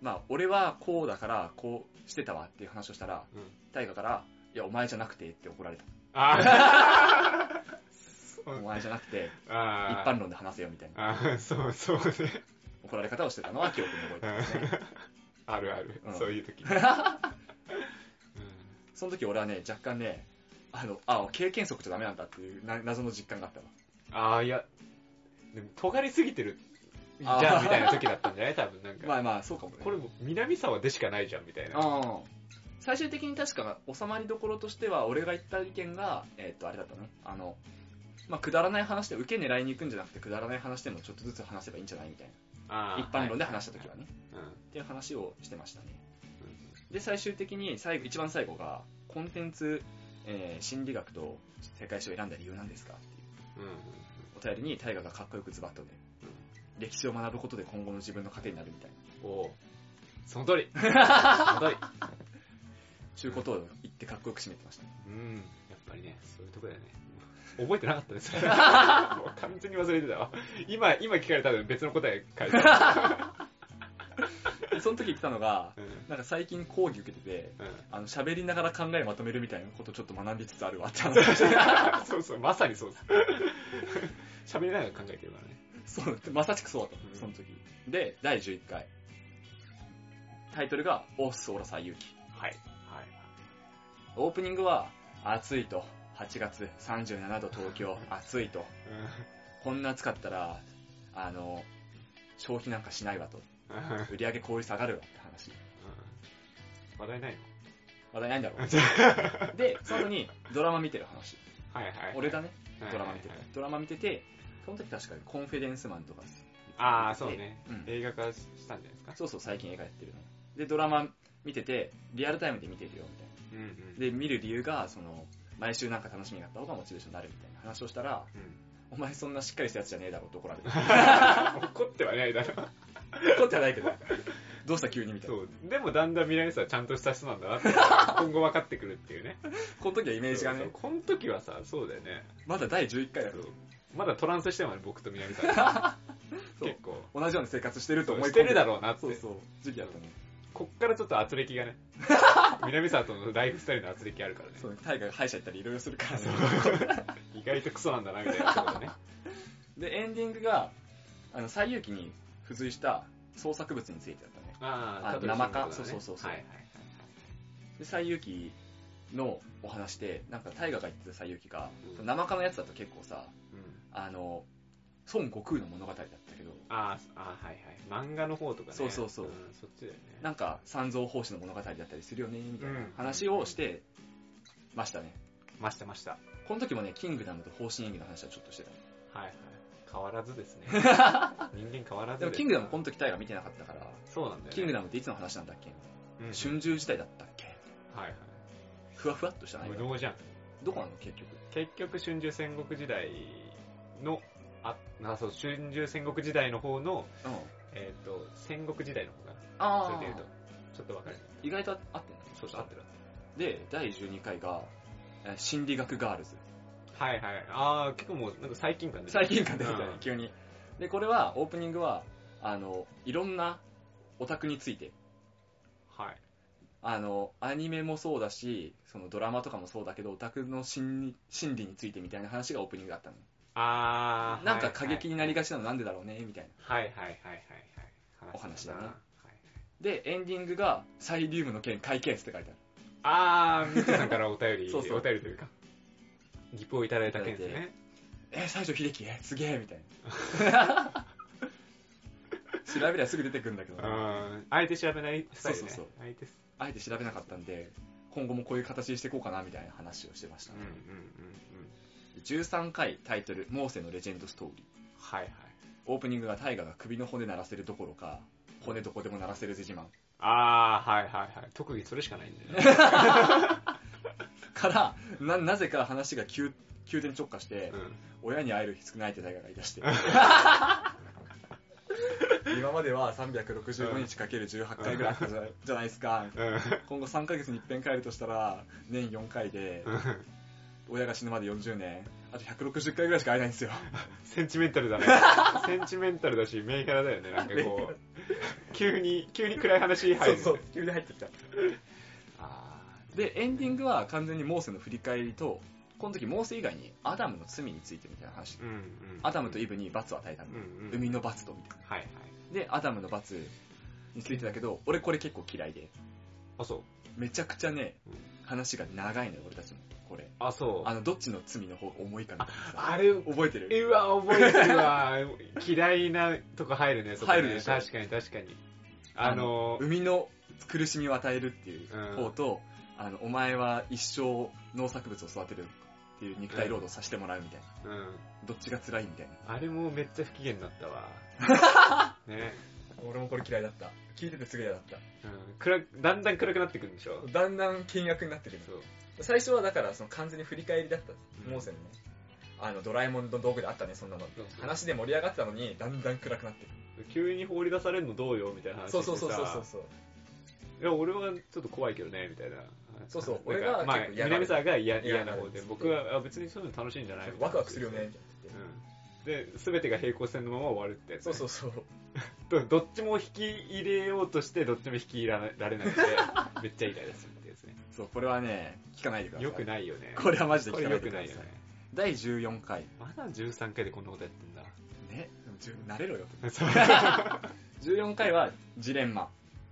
[SPEAKER 1] まあ俺はこうだからこうしてたわっていう話をしたら
[SPEAKER 2] うん
[SPEAKER 1] 大我から「いやお前じゃなくて」って怒られた
[SPEAKER 2] あ
[SPEAKER 1] 「お前じゃなくて
[SPEAKER 2] ー あ
[SPEAKER 1] 一
[SPEAKER 2] ー
[SPEAKER 1] 般論で話せよ」みたいな
[SPEAKER 2] あーそうそうね
[SPEAKER 1] 怒られ方をしてたのは記憶に覚えてますね
[SPEAKER 2] あるある、
[SPEAKER 1] うん
[SPEAKER 2] そうい う時、うん、
[SPEAKER 1] その時俺はね、若干ね、あの、あ、経験則じゃダメなんだっていうな謎の実感があったわ。
[SPEAKER 2] ああいやでも尖りすぎてるじ
[SPEAKER 1] あー
[SPEAKER 2] ゃんみたいな時だったんじゃない多分なんか、
[SPEAKER 1] まあまあ、そうかもね。
[SPEAKER 2] これも南沢でしかないじゃんみたいな
[SPEAKER 1] うん。最終的に確か収まりどころとしては、俺が言った意見が、えーっと、あれだったね。あの、まあ、くだらない話で受け狙いに行くんじゃなくて、くだらない話でもちょっとずつ話せばいいんじゃないみたいな。
[SPEAKER 2] あ
[SPEAKER 1] 一
[SPEAKER 2] ー
[SPEAKER 1] 般論で
[SPEAKER 2] はい
[SPEAKER 1] 話した時はね。っていう話をしてましたね。
[SPEAKER 2] うんうん
[SPEAKER 1] で、最終的に最後、一番最後が、コンテンツ、えー心理学と世界史を選んだ理由なんですかっていう。
[SPEAKER 2] うんうん
[SPEAKER 1] お便りに大河がかっこよくズバッとね、歴史を学ぶことで今後の自分の糧になるみたいな、
[SPEAKER 2] おうその 通りその通り
[SPEAKER 1] そういうことを言ってかっこよく締めてましたね。
[SPEAKER 2] うんやっぱりねそういうとこだよね覚えてなかっ たですねもう完全に忘れてたわ今今聞かれたら別の答え 書いてあ
[SPEAKER 1] でその時言ってたのが、
[SPEAKER 2] るうん
[SPEAKER 1] なんか最近講義受けてて、
[SPEAKER 2] うん
[SPEAKER 1] あの、喋りながら考えまとめるみたいなことをちょっと学びつつあるわって 話をして、
[SPEAKER 2] そうそう、まさにそうです。 喋りながら考えてるからね。
[SPEAKER 1] そう、まさしくそうだった
[SPEAKER 2] う
[SPEAKER 1] の、
[SPEAKER 2] ん
[SPEAKER 1] その時。で、第11回。タイトルが、オッソーラサユキ。
[SPEAKER 2] はい。はい。
[SPEAKER 1] オープニングは、暑いと、8月37度東京、暑いと、こんな暑かったら、あの、消費なんかしないわと。売り上げ効率下がるわって話。
[SPEAKER 2] 話題ないの
[SPEAKER 1] 話題ないんだろう。で、その後にドラマ見てる話。
[SPEAKER 2] はいはい。
[SPEAKER 1] 俺だね、ドラマ見て
[SPEAKER 2] る
[SPEAKER 1] る。。ドラマ見てて、その時確かにコンフィデンスマンとか、
[SPEAKER 2] ああ、そうね。
[SPEAKER 1] うん、
[SPEAKER 2] 映画化したんじゃないですか。
[SPEAKER 1] そうそう最近映画やってるの。で、ドラマ見てて、リアルタイムで見てるよ、みたい
[SPEAKER 2] うんうん。
[SPEAKER 1] な。で、見る理由が、その、毎週なんか楽しみがあった方がモチベーションになるみたいな話をしたら、お前そんなしっかりしたやつじゃねえだろって怒られた。
[SPEAKER 2] 怒って はないだろ。
[SPEAKER 1] 怒ってはないけど、どうした急にみたい
[SPEAKER 2] そ
[SPEAKER 1] な。
[SPEAKER 2] う。でもだんだん南沢はちゃんとした人なんだ なって、今後分かってくるっていうね。
[SPEAKER 1] この時はイメージが
[SPEAKER 2] そう
[SPEAKER 1] ね
[SPEAKER 2] そう、この時はさ、そうだよね。
[SPEAKER 1] まだ第11回だ
[SPEAKER 2] そ
[SPEAKER 1] と
[SPEAKER 2] うまだトランスしてもね、僕と南沢。
[SPEAKER 1] そう
[SPEAKER 2] 結構。
[SPEAKER 1] 同じような生活してると
[SPEAKER 2] そう
[SPEAKER 1] 思い
[SPEAKER 2] してるだ
[SPEAKER 1] ろ
[SPEAKER 2] ろうなって
[SPEAKER 1] そう。そう、時期だったね。
[SPEAKER 2] こっからちょっと圧力 がね南沢とのライフスタイルの圧力あるからね
[SPEAKER 1] そう、大河が歯医者行ったりいろいろするからね。
[SPEAKER 2] 意外とクソなんだなみたいなとこ ろね
[SPEAKER 1] で、エンディングが、あの、最有機に付随した創作物についてだったね。
[SPEAKER 2] あ
[SPEAKER 1] あ
[SPEAKER 2] ー
[SPEAKER 1] 生
[SPEAKER 2] 多
[SPEAKER 1] か
[SPEAKER 2] 分いこと
[SPEAKER 1] そ
[SPEAKER 2] だね
[SPEAKER 1] うそうそうそう
[SPEAKER 2] はいはい
[SPEAKER 1] で、最有機のお話で、なんか大河が言ってた最有機が、
[SPEAKER 2] うん
[SPEAKER 1] 生化のやつだと結構さ、
[SPEAKER 2] うん
[SPEAKER 1] あの、孫悟空の物語だったけど、
[SPEAKER 2] あーあーはいはい漫画の方とかね
[SPEAKER 1] そうそうそうん
[SPEAKER 2] そっちだよね
[SPEAKER 1] なんか三蔵法師の物語だったりするよね、みたいな
[SPEAKER 2] うん
[SPEAKER 1] 話をしてましたね。
[SPEAKER 2] ましたました
[SPEAKER 1] この時もね、キングダムと方針演技の話はちょっとしてた。
[SPEAKER 2] はいはい変わらずで すね人間変わらず
[SPEAKER 1] でもキングダムこの時大河見てなかったから、
[SPEAKER 2] そうなんだよね
[SPEAKER 1] キングダムっていつの話なんだっけ
[SPEAKER 2] うん
[SPEAKER 1] 春秋時代だったっけ
[SPEAKER 2] はいはい
[SPEAKER 1] ふわふわっとした内
[SPEAKER 2] 無
[SPEAKER 1] 容
[SPEAKER 2] 能じゃん
[SPEAKER 1] どこなの結局
[SPEAKER 2] 結局春秋戦国時代のああそう春秋戦国時代の方の
[SPEAKER 1] うん
[SPEAKER 2] えっ、と戦国時代の方かなそ
[SPEAKER 1] あ
[SPEAKER 2] れで言うと
[SPEAKER 1] あ
[SPEAKER 2] ちょっと分かる
[SPEAKER 1] 意外と合ってんだ
[SPEAKER 2] そうそう合ってる
[SPEAKER 1] で第12回がえー心理学ガールズ
[SPEAKER 2] はいはい。ああ、結構もう、なんか最近感で。
[SPEAKER 1] 最近感出てたね
[SPEAKER 2] うん
[SPEAKER 1] 急にでこれはオープニングはあのいろんなオタクについて
[SPEAKER 2] はい。
[SPEAKER 1] あのアニメもそうだしそのドラマとかもそうだけどオタクの心理心理についてみたいな話がオープニングだったの
[SPEAKER 2] ああ、
[SPEAKER 1] なんか過激になり
[SPEAKER 2] が
[SPEAKER 1] がちなのなんでだろうねみたいな
[SPEAKER 2] はいはいはいはいはい。
[SPEAKER 1] お話だね
[SPEAKER 2] なはい
[SPEAKER 1] でエンディングが「サイリウムの件解決」って書いてある
[SPEAKER 2] ああ、みつさんからお便 り、
[SPEAKER 1] そうそう
[SPEAKER 2] お便りというか、ギプをいただいた件です
[SPEAKER 1] いただ
[SPEAKER 2] ね。
[SPEAKER 1] え西城秀樹えすげえみたい な調べりゃすぐ出てくるんだけ
[SPEAKER 2] う
[SPEAKER 1] どね、
[SPEAKER 2] ん。あえて調べないスタイルね。
[SPEAKER 1] そうそう
[SPEAKER 2] あえてす、
[SPEAKER 1] あえて調べなかったんで今後もこういう形にしていこうかなみたいな話をしてました
[SPEAKER 2] うん
[SPEAKER 1] ね
[SPEAKER 2] うん、うんうん。
[SPEAKER 1] 13回タイトル「モーセのレジェンドストーリー
[SPEAKER 2] はいはい。」
[SPEAKER 1] オープニングが大河が首の骨鳴らせるどころか骨どこでも鳴らせる自慢
[SPEAKER 2] ああ、はいはいはい。特技それしかないんで ね。
[SPEAKER 1] からななぜか話が急急転直下して、
[SPEAKER 2] うん
[SPEAKER 1] 親に会える日少ないって大河が言い出して夢今までは365日かける18回ぐらいあったじゃないじゃないですか。今後3ヶ月に一遍帰るとしたら、年4回で、親が死ぬまで40年、あと160回ぐらいしか会えないんですよ。
[SPEAKER 2] センチメンタ ルだね。センチメンタルだし、メイカラだよね。なんかこう、急に、急に暗い話入る、
[SPEAKER 1] そうそう、急に入ってきた。で、エンディングは完全にモーセの振り返りと、この時モーセ以外にアダムの罪についてみたいな話。
[SPEAKER 2] うんうん。
[SPEAKER 1] アダムとイブに罰を与えたの。
[SPEAKER 2] うんうん。
[SPEAKER 1] 海の罰とみたいな。
[SPEAKER 2] はいはい。
[SPEAKER 1] で、アダムの罰についてだけど、俺これ結構嫌いで。
[SPEAKER 2] あ、そう。
[SPEAKER 1] めちゃくちゃね
[SPEAKER 2] うん、
[SPEAKER 1] 話が長いのよ、俺たちも。これ。
[SPEAKER 2] あ、そう。
[SPEAKER 1] あの、どっちの罪の方が重いかみたいなさ。
[SPEAKER 2] あれ、
[SPEAKER 1] 覚えてる
[SPEAKER 2] うわ、覚えてるわ。 嫌いなとこ入るね、そこね
[SPEAKER 1] 入るでしょ
[SPEAKER 2] 確かに確かに。あの、
[SPEAKER 1] 海の苦しみを与えるっていう
[SPEAKER 2] うん
[SPEAKER 1] 方と、あの、お前は一生農作物を育てるっていう肉体労働をさせてもらうみたいな。
[SPEAKER 2] うん。
[SPEAKER 1] どっちが辛いみたいな。
[SPEAKER 2] あれもめっちゃ不機嫌だったわ。 ね。
[SPEAKER 1] 俺もこれ嫌いだった。聞いててすげえ嫌だった。
[SPEAKER 2] うん暗く、だんだん暗くなってくるんでしょ。
[SPEAKER 1] だんだん倹約になってくる
[SPEAKER 2] そう。
[SPEAKER 1] 最初はだからその完全に振り返りだったんです
[SPEAKER 2] うん
[SPEAKER 1] モーセのねあのドラえもんの道具であったねそんなの
[SPEAKER 2] そうそう
[SPEAKER 1] 話で盛り上がってたのにだんだん暗くなってくる
[SPEAKER 2] 急に放り出されるのどうよみたいな話して
[SPEAKER 1] そう
[SPEAKER 2] さ
[SPEAKER 1] そうそうそうそうそう
[SPEAKER 2] いや俺はちょっと怖いけどねみたいな
[SPEAKER 1] そうそう
[SPEAKER 2] なんか
[SPEAKER 1] 俺が
[SPEAKER 2] まあ
[SPEAKER 1] 結構嫌がる
[SPEAKER 2] 南沢が嫌
[SPEAKER 1] 嫌が
[SPEAKER 2] 嫌
[SPEAKER 1] る
[SPEAKER 2] な方で
[SPEAKER 1] そう
[SPEAKER 2] 僕はあ別にそういうの楽しいんじゃないみたいな
[SPEAKER 1] ワクワクするよねみたいな
[SPEAKER 2] うんで全てが平行線のまま終わるってやつ
[SPEAKER 1] そうそうそう
[SPEAKER 2] どどっちも引き入れようとしてどっちも引き入れられないので めっちゃイライラするってやつね
[SPEAKER 1] そうこれはね聞かないでください
[SPEAKER 2] よくないよね
[SPEAKER 1] これはマジで
[SPEAKER 2] こ
[SPEAKER 1] 聞
[SPEAKER 2] れ
[SPEAKER 1] かな
[SPEAKER 2] よ
[SPEAKER 1] いで
[SPEAKER 2] く
[SPEAKER 1] くだ
[SPEAKER 2] な
[SPEAKER 1] さい
[SPEAKER 2] いよね
[SPEAKER 1] 第14回
[SPEAKER 2] まだ13回でこんなことやって んだ
[SPEAKER 1] ねでもじゅ慣れろよ
[SPEAKER 2] そう、
[SPEAKER 1] 14回はジレンマ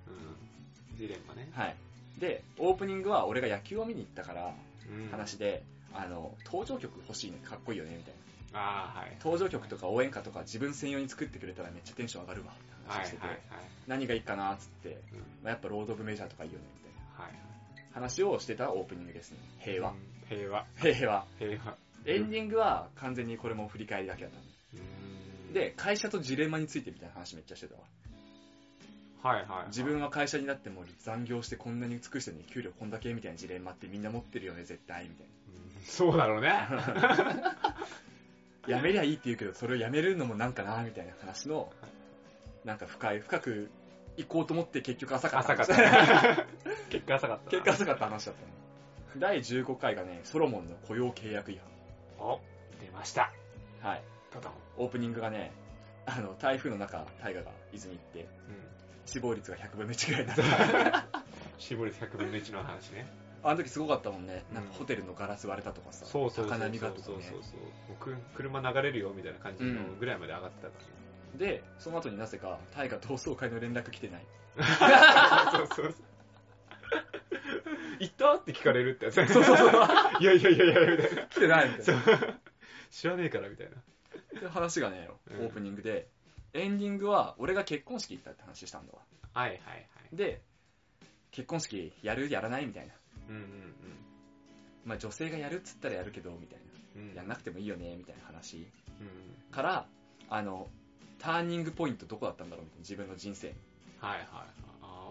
[SPEAKER 2] うん、ジレンマね、
[SPEAKER 1] はいでオープニングは俺が野球を見に行ったから
[SPEAKER 2] うん、
[SPEAKER 1] 話で、あの登場曲欲しいねかっこいいよねみたいな
[SPEAKER 2] ああはい
[SPEAKER 1] 登場曲とか応援歌とか自分専用に作ってくれたらめっちゃテンション上がるわって
[SPEAKER 2] はい
[SPEAKER 1] 話
[SPEAKER 2] は
[SPEAKER 1] し
[SPEAKER 2] い
[SPEAKER 1] てて、
[SPEAKER 2] はい
[SPEAKER 1] 何がいいかなっつって、
[SPEAKER 2] うん
[SPEAKER 1] まあ、やっぱロード・オブ・メジャーとかいいよねみたい
[SPEAKER 2] はいはい
[SPEAKER 1] な話をしてたオープニングですね平和、
[SPEAKER 2] うん平和
[SPEAKER 1] 平和
[SPEAKER 2] 平和
[SPEAKER 1] エンディングは完全にこれも振り返りだけだったの
[SPEAKER 2] うん
[SPEAKER 1] で会社とジレンマについてみたいな話めっちゃしてたわ
[SPEAKER 2] はいはいはい
[SPEAKER 1] 自分は会社になっても残業してこんなに尽くしてるのに給料こんだけみたいなジレンマってみんな持ってるよね絶対みたい
[SPEAKER 2] うんそうだ ろうね
[SPEAKER 1] なやめりゃいいって言うけどそれをやめるのもなんかなみたいな話のなんか深い深く行こうと思って結局浅かった
[SPEAKER 2] 浅かった結果浅かったな
[SPEAKER 1] 結果浅かった話だったね第15回がねソロモンの雇用契約違
[SPEAKER 2] お出ました
[SPEAKER 1] 反はい
[SPEAKER 2] ドドン
[SPEAKER 1] オープニングがねあの台風の中大河が伊豆に行って
[SPEAKER 2] うん
[SPEAKER 1] 死亡率が100分の1ぐらいになった
[SPEAKER 2] 絞り100分の1の話ね
[SPEAKER 1] あの時すごかったもんね
[SPEAKER 2] うん
[SPEAKER 1] なんかホテルのガラス割れたとかさ、
[SPEAKER 2] そうそうそう
[SPEAKER 1] 高
[SPEAKER 2] そう
[SPEAKER 1] 波
[SPEAKER 2] そ
[SPEAKER 1] が
[SPEAKER 2] う
[SPEAKER 1] とか
[SPEAKER 2] そう
[SPEAKER 1] ね
[SPEAKER 2] もうく車流れるよみたいな感じの
[SPEAKER 1] うん
[SPEAKER 2] ぐらいまで上がってた か
[SPEAKER 1] でその後になぜか大河同窓会の連絡来て ない
[SPEAKER 2] ら、ね、そうそうそう行ったって聞かれるってやつねそうそうそういやいやいやいやみたいな
[SPEAKER 1] 来てないみたいな
[SPEAKER 2] 知らねえからみたいな
[SPEAKER 1] って話がね
[SPEAKER 2] う
[SPEAKER 1] オ
[SPEAKER 2] ん
[SPEAKER 1] ープニングで、エンディングは俺が結婚式行ったって話したんだわ
[SPEAKER 2] はいはいはい
[SPEAKER 1] で結婚式やるやらないみたいな
[SPEAKER 2] うんうん
[SPEAKER 1] まあ女性がやるっつったらやるけどみたいな
[SPEAKER 2] うんうん
[SPEAKER 1] やんなくてもいいよねみたいな話
[SPEAKER 2] うん
[SPEAKER 1] からあのターニングポイントどこだったんだろうみたいな自分の人生
[SPEAKER 2] はいはいあー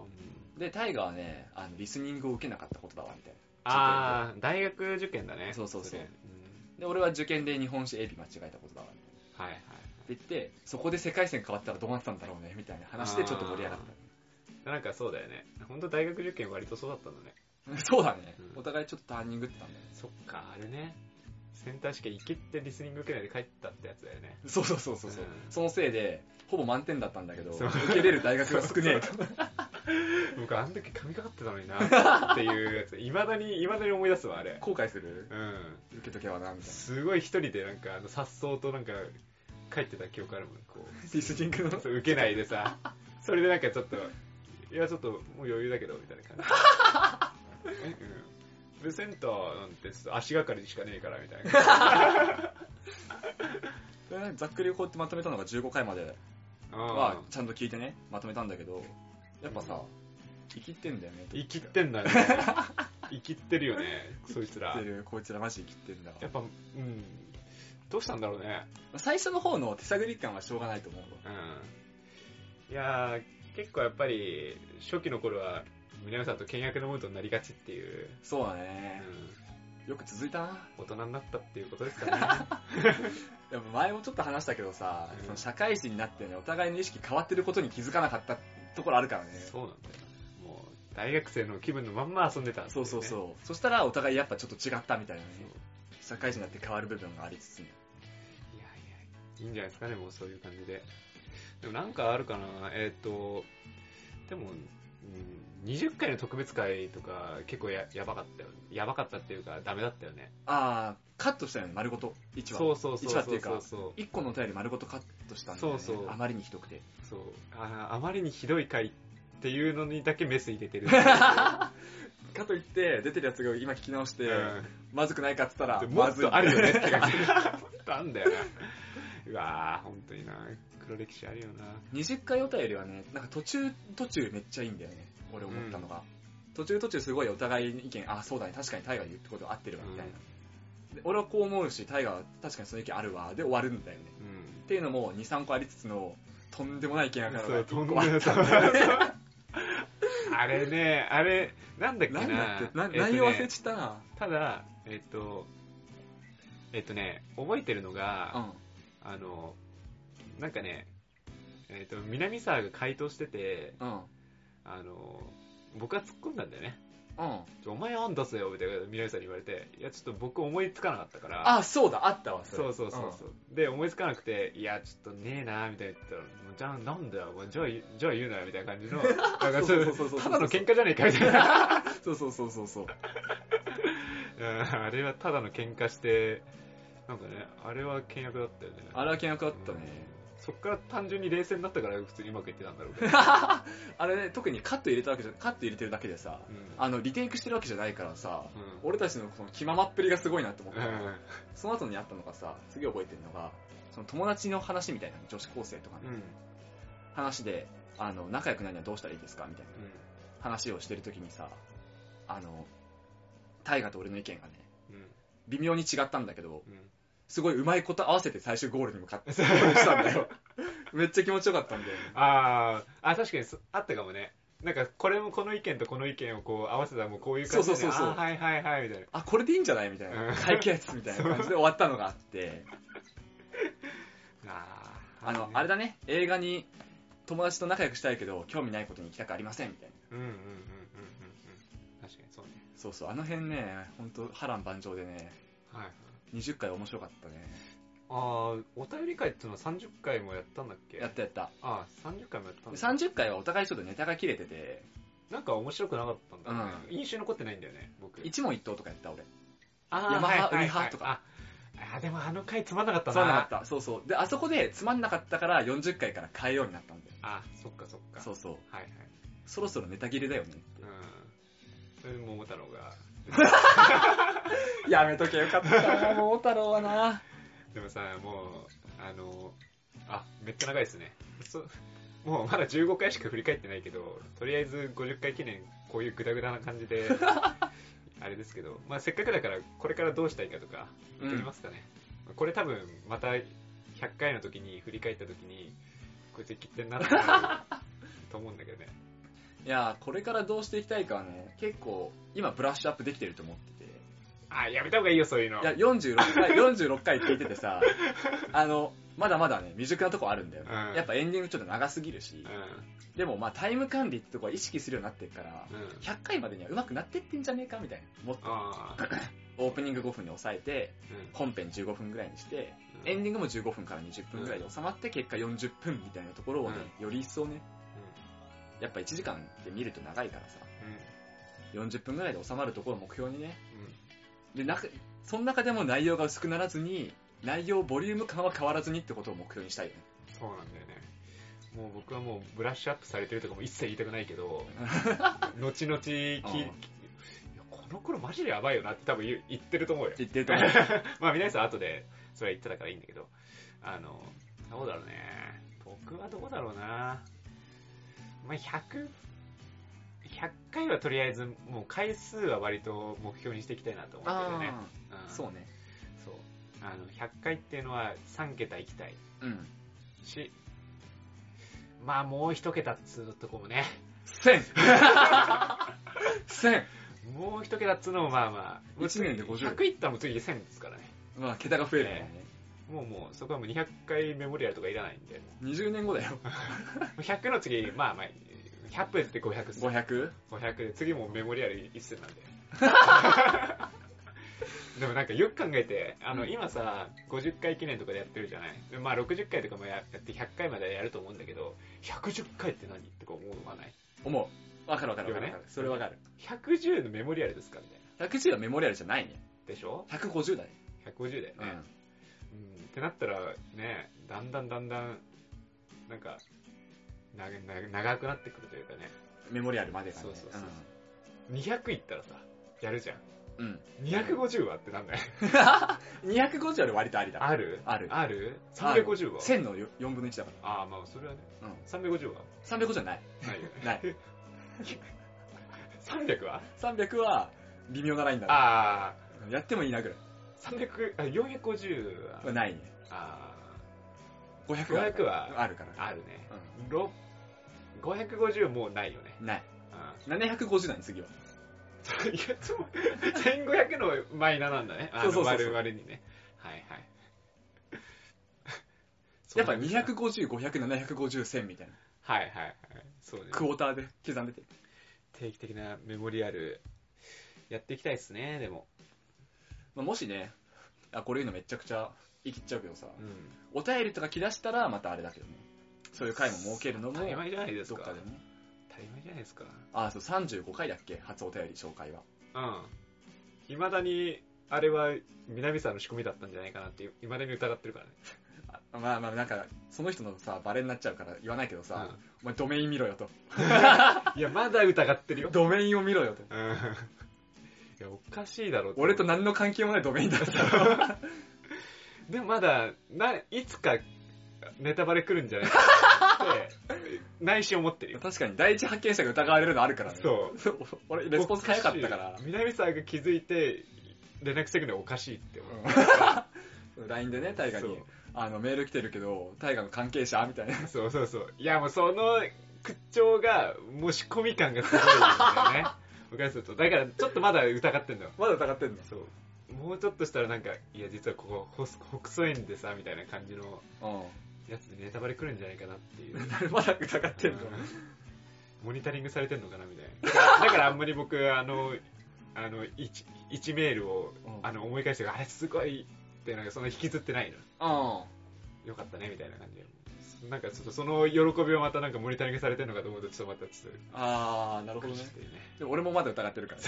[SPEAKER 2] うん
[SPEAKER 1] でタイガーはねあのリスニングを受けなかったことだわみたい
[SPEAKER 2] ああ、大学受験だね。
[SPEAKER 1] そうそうそう
[SPEAKER 2] れ
[SPEAKER 1] なで俺は受験で日本史 AB 間違えたことだわみたいな
[SPEAKER 2] はいはい。
[SPEAKER 1] って言ってそこで世界線変わったらどうなってたんだろうねみたいな話でちょっと盛り上がった
[SPEAKER 2] なんかそうだよね。ほんと大学受験割とそうだったんだね。
[SPEAKER 1] そうだね、
[SPEAKER 2] うん
[SPEAKER 1] お互いちょっとターニングってたんだよね
[SPEAKER 2] そっか、あれね。センター試験行けってリスニング受けないで帰ったってやつだよね。
[SPEAKER 1] そうそうそうそうそう、
[SPEAKER 2] うん
[SPEAKER 1] そのせいでほぼ満点だったんだけど
[SPEAKER 2] そう
[SPEAKER 1] 受けれる大学が少ねえと
[SPEAKER 2] 僕あん時神がかってたのに な、っていうやつ。未だに、未だに思い出すわ、あれ。
[SPEAKER 1] 後悔する
[SPEAKER 2] うん。
[SPEAKER 1] 受けとけばなみたいな
[SPEAKER 2] すごい一人でなんか、あの、颯爽となんか、帰ってた記憶あるもん、こう。
[SPEAKER 1] リスニング の
[SPEAKER 2] そう受けないで さ、それでなんかちょっと、いや、ちょっともう余裕だけど、みたいな感 じ。えうん。で、センターなんて足がかりしかねえから、みたい な。
[SPEAKER 1] でざっくりこうやってまとめたのが15回まで
[SPEAKER 2] あ
[SPEAKER 1] はちゃんと聞いてねまとめたんだけどやっぱさ生きってんだよね
[SPEAKER 2] 生きってん だね。生きってるよね、そいつら
[SPEAKER 1] 生き。てるこいつらマジ生きてんだわ
[SPEAKER 2] やっぱ、うん。どうしたんだろうね。
[SPEAKER 1] 最初の方の手探り感はしょうがないと思うわ
[SPEAKER 2] うん。いやー、結構やっぱり、初期の頃は、皆さんと倹約のムードになりがちっていう、
[SPEAKER 1] そうだ
[SPEAKER 2] う
[SPEAKER 1] ね
[SPEAKER 2] ん
[SPEAKER 1] よく続いたな
[SPEAKER 2] 大人になったっていうことですかね。
[SPEAKER 1] でも前もちょっと話したけどさ、
[SPEAKER 2] うん
[SPEAKER 1] その社会人になってね、お互いの意識変わってることに気づかなかったところあるから ね。
[SPEAKER 2] そうなんだよ。もう、大学生の気分のまんま遊んでたんだよ
[SPEAKER 1] そ
[SPEAKER 2] ね
[SPEAKER 1] うそう
[SPEAKER 2] う。
[SPEAKER 1] そう。そしたらお互いやっぱちょっと違ったみたいなね。社会人になって変わる部分がありつつね。
[SPEAKER 2] いやいや、いいんじゃないですかね、もうそういう感じで。でもなんかあるかな、えっ、と、でも、うん、20回の特別会とか結構ややばかったよ。やばかったっていうか、ダメだったよね。
[SPEAKER 1] あー、カットしたよね、丸ごと。1話。
[SPEAKER 2] そうそうそう。
[SPEAKER 1] 一話っていうか
[SPEAKER 2] そうそう
[SPEAKER 1] 1個のお便り丸ごとカットしたんだよね。
[SPEAKER 2] そうそう
[SPEAKER 1] あまりにひどくて。
[SPEAKER 2] そうあー。あまりにひどい会っていうのにだけメス入れて る。
[SPEAKER 1] かといって、出てるやつが今聞き直して、
[SPEAKER 2] うん
[SPEAKER 1] まずくないかって言ったら、
[SPEAKER 2] も
[SPEAKER 1] ま
[SPEAKER 2] っ
[SPEAKER 1] ずい
[SPEAKER 2] とあるよねって感じ。もっとあんだよな。 うわぁ、本当にな。黒歴史あるよな。
[SPEAKER 1] 20回お便りはね、なんか途中途中めっちゃいいんだよね。俺思ったのが。途中途中すごいお互いに意見、あ、そうだね、確かにタイガー言ってこと合ってるわ、みたいな、で俺はこう思うし、タイガーは確かにその意見あるわ、で終わるんだよね。
[SPEAKER 2] うん
[SPEAKER 1] っ。ていうのも2、3個ありつつの、とんでもない意見が
[SPEAKER 2] そう、とんでも
[SPEAKER 1] あ
[SPEAKER 2] ない
[SPEAKER 1] ったんだよね。
[SPEAKER 2] あれね、あれ、なんだっけな。
[SPEAKER 1] なんだって、な
[SPEAKER 2] えっとね
[SPEAKER 1] 内容忘れちゃったな。
[SPEAKER 2] ただ、えっと、えっとね、覚えてるのが、
[SPEAKER 1] うん。
[SPEAKER 2] あの、なんかね、えっと、南沢が回答してて、
[SPEAKER 1] うん。
[SPEAKER 2] あの、僕は突っ込んだんだよね。
[SPEAKER 1] うん。
[SPEAKER 2] ちょお前案出せよ、みたいな、南沢に言われて、いや、ちょっと僕思いつかなかったから、
[SPEAKER 1] あ、そうだ、あったわ、
[SPEAKER 2] そうそうそうそう、で、思いつかなくて、いや、ちょっとねえなみたいな言ったら、もうじゃあなんだよ、もうじゃあ、じゃあ言うなよ、みたいな感じ の、なんか
[SPEAKER 1] そうそうそうそうそう
[SPEAKER 2] ただの喧嘩じゃねえか、みたいな。
[SPEAKER 1] うん。そうそうそうそうそう。
[SPEAKER 2] うんあれはただの喧嘩して、なんかね、あれは倹約だったよね。
[SPEAKER 1] あれは険悪だったね。
[SPEAKER 2] そっから単純に冷静になったから普通にうまくいってたんだろうけ ど。
[SPEAKER 1] あれね、特にカット入れたわけじゃ、カット入れてるだけでさ、
[SPEAKER 2] うん
[SPEAKER 1] あの、リテイクしてるわけじゃないからさ、
[SPEAKER 2] うん
[SPEAKER 1] 俺たちのこの気ままっぷりがすごいなって思っ
[SPEAKER 2] う
[SPEAKER 1] た、
[SPEAKER 2] ん
[SPEAKER 1] その後にあったのがさ、次覚えてるのが、その友達の話みたいな、女子高生とかの
[SPEAKER 2] うん
[SPEAKER 1] 話で、あの、仲良くなるにはどうしたらいいですかみたいな話をしてる時にさ、あの、大河と俺の意見がね、
[SPEAKER 2] うん
[SPEAKER 1] 微妙に違ったんだけど、
[SPEAKER 2] うん
[SPEAKER 1] すごいうまいこと合わせて最終ゴールに向かっ てゴールしたんだよ。めっちゃ気持ちよかったんだよね。
[SPEAKER 2] あーあ、確かにそあったかもね。なんかこれもこの意見とこの意見をこう合わせたらもうこういう感じで、
[SPEAKER 1] そうそうそうそう
[SPEAKER 2] あーはいはいはいみたいな。
[SPEAKER 1] あ、これでいいんじゃないみたい
[SPEAKER 2] うん
[SPEAKER 1] な。解決みたいな感じで終わったのがあって、
[SPEAKER 2] あー
[SPEAKER 1] あの、あれだね、映画に友達と仲良くしたいけど、興味ないことに行きたくありませんみたいな。
[SPEAKER 2] うんうんうんうんうんうんうん。確かにそうね。
[SPEAKER 1] そうそう、あの辺ね、ほんと波乱万丈でね、
[SPEAKER 2] はい。
[SPEAKER 1] 20回面白かったね。
[SPEAKER 2] ああ、お便り会っていうのは30回もやったんだっけ
[SPEAKER 1] やったやった。
[SPEAKER 2] ああ、30回もやったん
[SPEAKER 1] で
[SPEAKER 2] だ。
[SPEAKER 1] 30回はお互いちょっとネタが切れてて、
[SPEAKER 2] なんか面白くなかったんだね。印象に残ってないんだよね、僕。
[SPEAKER 1] 一問一答とかやった俺。
[SPEAKER 2] あー
[SPEAKER 1] ヤマハ
[SPEAKER 2] はいはいはい
[SPEAKER 1] ウリハとか
[SPEAKER 2] ああー、でもあの回つまんなかった
[SPEAKER 1] つ
[SPEAKER 2] な。
[SPEAKER 1] まんなかった。そうそう。で、あそこでつまんなかったから40回から変えようになったんだよ。
[SPEAKER 2] あ、そっかそっか。
[SPEAKER 1] そうそう。
[SPEAKER 2] はいはい。
[SPEAKER 1] そろそろネタ切れだよね。
[SPEAKER 2] うん。それで桃太郎が。
[SPEAKER 1] やめとけよかった。桃太郎はな。
[SPEAKER 2] でもさ、もう、あの、あ、めっちゃ長いですね。そもうまだ15回しか振り返ってないけど、とりあえず50回記念、こういうグダグダな感 じで、あれですけど、まあせっかくだから、これからどうしたいかとか、
[SPEAKER 1] う
[SPEAKER 2] 言って
[SPEAKER 1] ん
[SPEAKER 2] きま。すかね。これ多分、また100回の時に振り返った時に、こいつ切ってんなってなると思うんだけど ね。
[SPEAKER 1] いやーこれからどうしていきたいかはね、結構、今ブラッシュアップできてると思ってて。
[SPEAKER 2] あ、やめた方がいいよ、そういうの。
[SPEAKER 1] いや、46回、46回 聞いててさ、あの、まだまだね、未熟なとこあるんだよ、ね
[SPEAKER 2] うん
[SPEAKER 1] やっぱエンディングちょっと長すぎる
[SPEAKER 2] う
[SPEAKER 1] し
[SPEAKER 2] ん。、う
[SPEAKER 1] でもまあタイム管理ってとこは意識するようになってるから、
[SPEAKER 2] ん。
[SPEAKER 1] 100回までには上手くなってってんじゃねえかみたいな。もっと
[SPEAKER 2] ああ。
[SPEAKER 1] オープニング5分に抑えて、
[SPEAKER 2] うん
[SPEAKER 1] 本編15分ぐらいにして、
[SPEAKER 2] うん
[SPEAKER 1] エンディングも15分から20分ぐらいで収まって、結果40分みたいなところをね、より一層ね、やっぱ1時間って見ると長いからさ、40分ぐらいで収まるところを目標にね、
[SPEAKER 2] うん。うん。
[SPEAKER 1] で、なく、その中でも内容が薄くならずに、内容、ボリューム感は変わらずにってことを目標にしたいよね。
[SPEAKER 2] そうなんだよね。もう僕はもうブラッシュアップされてるとかも一切言いたくない けど、後々き、いや
[SPEAKER 1] うん
[SPEAKER 2] この頃マジでやばいよなって多分言う言ってると思うよ
[SPEAKER 1] っ。て言ってると思う。
[SPEAKER 2] ま あ皆さん後でそれは言ってたからいいんだけど、あの、どうだろうね。僕はどうだろうな。まあ、100、100回はとりあえず、もう回数は割と目標にしていきたいなと思ってるね。
[SPEAKER 1] ああ、
[SPEAKER 2] ん
[SPEAKER 1] そう。ね。
[SPEAKER 2] そう。あの、100回っていうのは3桁いきたい
[SPEAKER 1] うん。
[SPEAKER 2] し、まあもう1桁っつうとこもね、
[SPEAKER 1] 1000 1000
[SPEAKER 2] もう1桁っつうのもまあまあ、
[SPEAKER 1] 一年で50
[SPEAKER 2] 100いったらもう次で1000ですからね。
[SPEAKER 1] まあ、桁が増えるもんね。
[SPEAKER 2] もうもう、そこはもう200回メモリアルとかいらないんで。も
[SPEAKER 1] 20年後 だよ。
[SPEAKER 2] う100の次、まあまあ、100分って500っす。
[SPEAKER 1] 500?
[SPEAKER 2] 500で、次もうメモリアル1000なんで。 でもなんかよく考えて、あの、
[SPEAKER 1] うん
[SPEAKER 2] 今さ、50回記念とかでやってるじゃないでまあ60回とかもややって100回までやると思うんだけど、110回って何とか思わない
[SPEAKER 1] 思う。わかるわかるわかるわ
[SPEAKER 2] よ
[SPEAKER 1] かる。
[SPEAKER 2] ね
[SPEAKER 1] それわかる。
[SPEAKER 2] ?110 のメモリアルですかみたいな。
[SPEAKER 1] 110はメモリアルじゃないね。
[SPEAKER 2] でしょ
[SPEAKER 1] 150だね。
[SPEAKER 2] ?150 だよね。
[SPEAKER 1] うん。
[SPEAKER 2] うんってなったらねだんだんだんだんなんかなな長くなってくるというかね
[SPEAKER 1] メモリアルまでがね。
[SPEAKER 2] そうそうそう200いったらさやるじゃん
[SPEAKER 1] うん。
[SPEAKER 2] 250はってなんだよ
[SPEAKER 1] うん。250より割とありだ。
[SPEAKER 2] ある
[SPEAKER 1] ある
[SPEAKER 2] ある350は
[SPEAKER 1] 1000の4分の1だか
[SPEAKER 2] ああまあそれはね、
[SPEAKER 1] うん
[SPEAKER 2] 350は
[SPEAKER 1] ら。350じゃない。
[SPEAKER 2] ないよね
[SPEAKER 1] ない。
[SPEAKER 2] 300は
[SPEAKER 1] 300は微妙なラインだな。
[SPEAKER 2] ああ
[SPEAKER 1] やってもいいなぐらい。
[SPEAKER 2] 300あ450は
[SPEAKER 1] はないね。
[SPEAKER 2] あ
[SPEAKER 1] 500はある
[SPEAKER 2] 500
[SPEAKER 1] か
[SPEAKER 2] は
[SPEAKER 1] ら。あるか
[SPEAKER 2] あ
[SPEAKER 1] ら。
[SPEAKER 2] あるねろ550もうないよね、
[SPEAKER 1] うん。ない。
[SPEAKER 2] うん
[SPEAKER 1] 750だね、次は。
[SPEAKER 2] いや、ちょ、1500のマイナなんだね。あの
[SPEAKER 1] そうそうそうそう
[SPEAKER 2] 我々にね。はいはい。
[SPEAKER 1] やっぱ250、500、750、1000みたいな。
[SPEAKER 2] はいはいはい。そうね。
[SPEAKER 1] クォーターで刻んでて。
[SPEAKER 2] 定期的なメモリアル、やっていきたいですね、でも。
[SPEAKER 1] まあ、もしね、あ、これ言うのめちゃくちゃ、生きっちゃうけどさ、
[SPEAKER 2] うん。
[SPEAKER 1] お便りとか来だしたらまたあれだけどね。そういう回も設けるのも、
[SPEAKER 2] 当たり
[SPEAKER 1] ど
[SPEAKER 2] 前じゃないです
[SPEAKER 1] っ
[SPEAKER 2] か。
[SPEAKER 1] かでね。
[SPEAKER 2] 当たり前じゃないですか。
[SPEAKER 1] あ、そう、35回だっけ初お便り紹介は。
[SPEAKER 2] うん。未だに、あれは、南さんの仕組みだったんじゃないかなって、いまだに疑ってるからね。
[SPEAKER 1] あまあまあ、なんか、その人のさ、バレになっちゃうから言わないけどさ、
[SPEAKER 2] うん
[SPEAKER 1] お前ドメイン見ろよと。
[SPEAKER 2] いや、まだ疑ってるよ。
[SPEAKER 1] ドメインを見ろよと。
[SPEAKER 2] うん。いや、おかしいだろって
[SPEAKER 1] 俺と何の関係もないドメインだった。
[SPEAKER 2] でもまだ、な、いつか、ネタバレ来るんじ ゃないかなって、内心思ってるよ。
[SPEAKER 1] 確かに、第一発見者が疑われるのあるからね。
[SPEAKER 2] そう。
[SPEAKER 1] そう。 俺、レスポンス早かったから、
[SPEAKER 2] 南さんが気づいて、連絡してくるのおかしいって思う。
[SPEAKER 1] うん LINE でね、大河
[SPEAKER 2] そう
[SPEAKER 1] に、あの、メール来てるけど、大河の関係者みたいな。
[SPEAKER 2] そうそうそう。いや、もうその、口調が、もう仕込み感がすごいん だよね。僕からすると。だから、ちょっとまだ疑ってんのよ。
[SPEAKER 1] まだ疑ってんの
[SPEAKER 2] そう。もうちょっとしたらなんか、いや、実はここ、ほす北総園でさ、みたいな感じの
[SPEAKER 1] う
[SPEAKER 2] やつでネタバレ来るんじゃないかなっていう。
[SPEAKER 1] ん。まだ疑ってんの。
[SPEAKER 2] モニタリングされてんのかなみたいな。だからあんまり僕、あの、あの、1, 一メールを、
[SPEAKER 1] うん
[SPEAKER 2] あの、思い返して、あれすごいって、なんかその引きずってないの。
[SPEAKER 1] うん。
[SPEAKER 2] よかったね、みたいな感じで。なんかちょっとその喜びをまたなんかモニタリングされてんのかと思うと、ちょっとまたちょっ
[SPEAKER 1] あー、なる
[SPEAKER 2] と、
[SPEAKER 1] ほどね。
[SPEAKER 2] ていうね。
[SPEAKER 1] でも俺もまだ疑ってるから。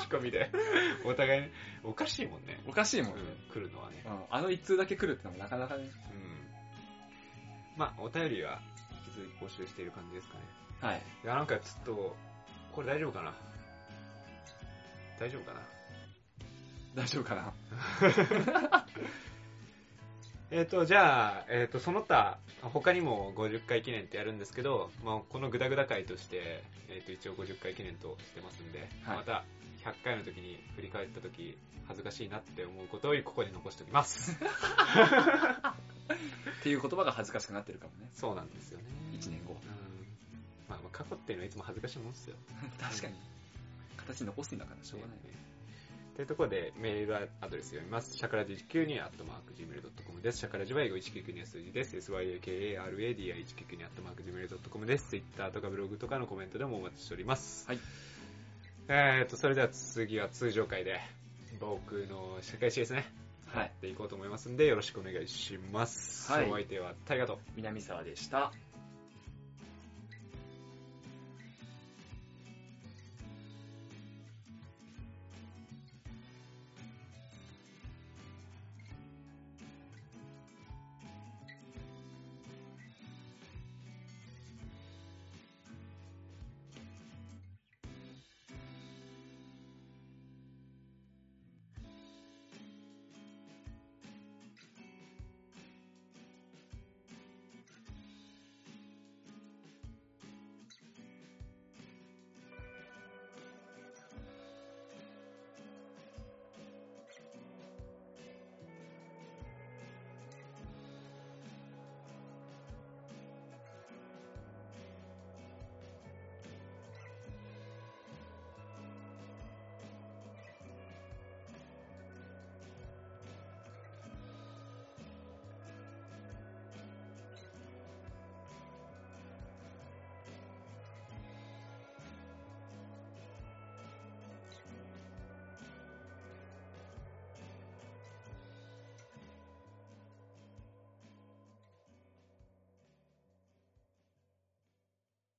[SPEAKER 2] 仕込みで。 お互いね、おかしいもんね。
[SPEAKER 1] おかしいもんね。
[SPEAKER 2] うん来るのはね
[SPEAKER 1] う。ん。あの一通だけ来るってのもなかなかね。
[SPEAKER 2] うん。まあ、お便りは引き続き募集している感じですかね。
[SPEAKER 1] はい。
[SPEAKER 2] いや、なんかちょっと、これ大丈夫かな大丈夫かな
[SPEAKER 1] 大丈夫かな
[SPEAKER 2] えっ、と、じゃあ、えっ、と、その他、他にも50回記念ってやるんですけど、まあ、このグダグダ会として、えっ、と、一応50回記念としてますんで、
[SPEAKER 1] はい
[SPEAKER 2] また、100回の時に振り返った時、恥ずかしいなって思うことをここに残しておき ます。
[SPEAKER 1] っていう言葉が恥ずかしくなってるかもね。
[SPEAKER 2] そうなんですよね。
[SPEAKER 1] 1年後
[SPEAKER 2] う。ん。まあ、まあ過去っていうのはいつも恥ずかしいもんですよ。
[SPEAKER 1] 確かに。形残すんだからしょうがない。
[SPEAKER 2] ね。というところで、メールアドレス読みます。シャカラジ192、アットマーク、gmail.com です。シャカラジは英語199の数字です。syakaradi199、アットマーク、gmail.com です。Twitter とかブログとかのコメントでもお待ちしております。
[SPEAKER 1] はい。
[SPEAKER 2] えーと、それでは次は通常回で、僕の社会史ですね。
[SPEAKER 1] はい。
[SPEAKER 2] でいこうと思いますんで、よろしくお願いします。
[SPEAKER 1] はい
[SPEAKER 2] お相手は、大河と。
[SPEAKER 1] 南沢でした。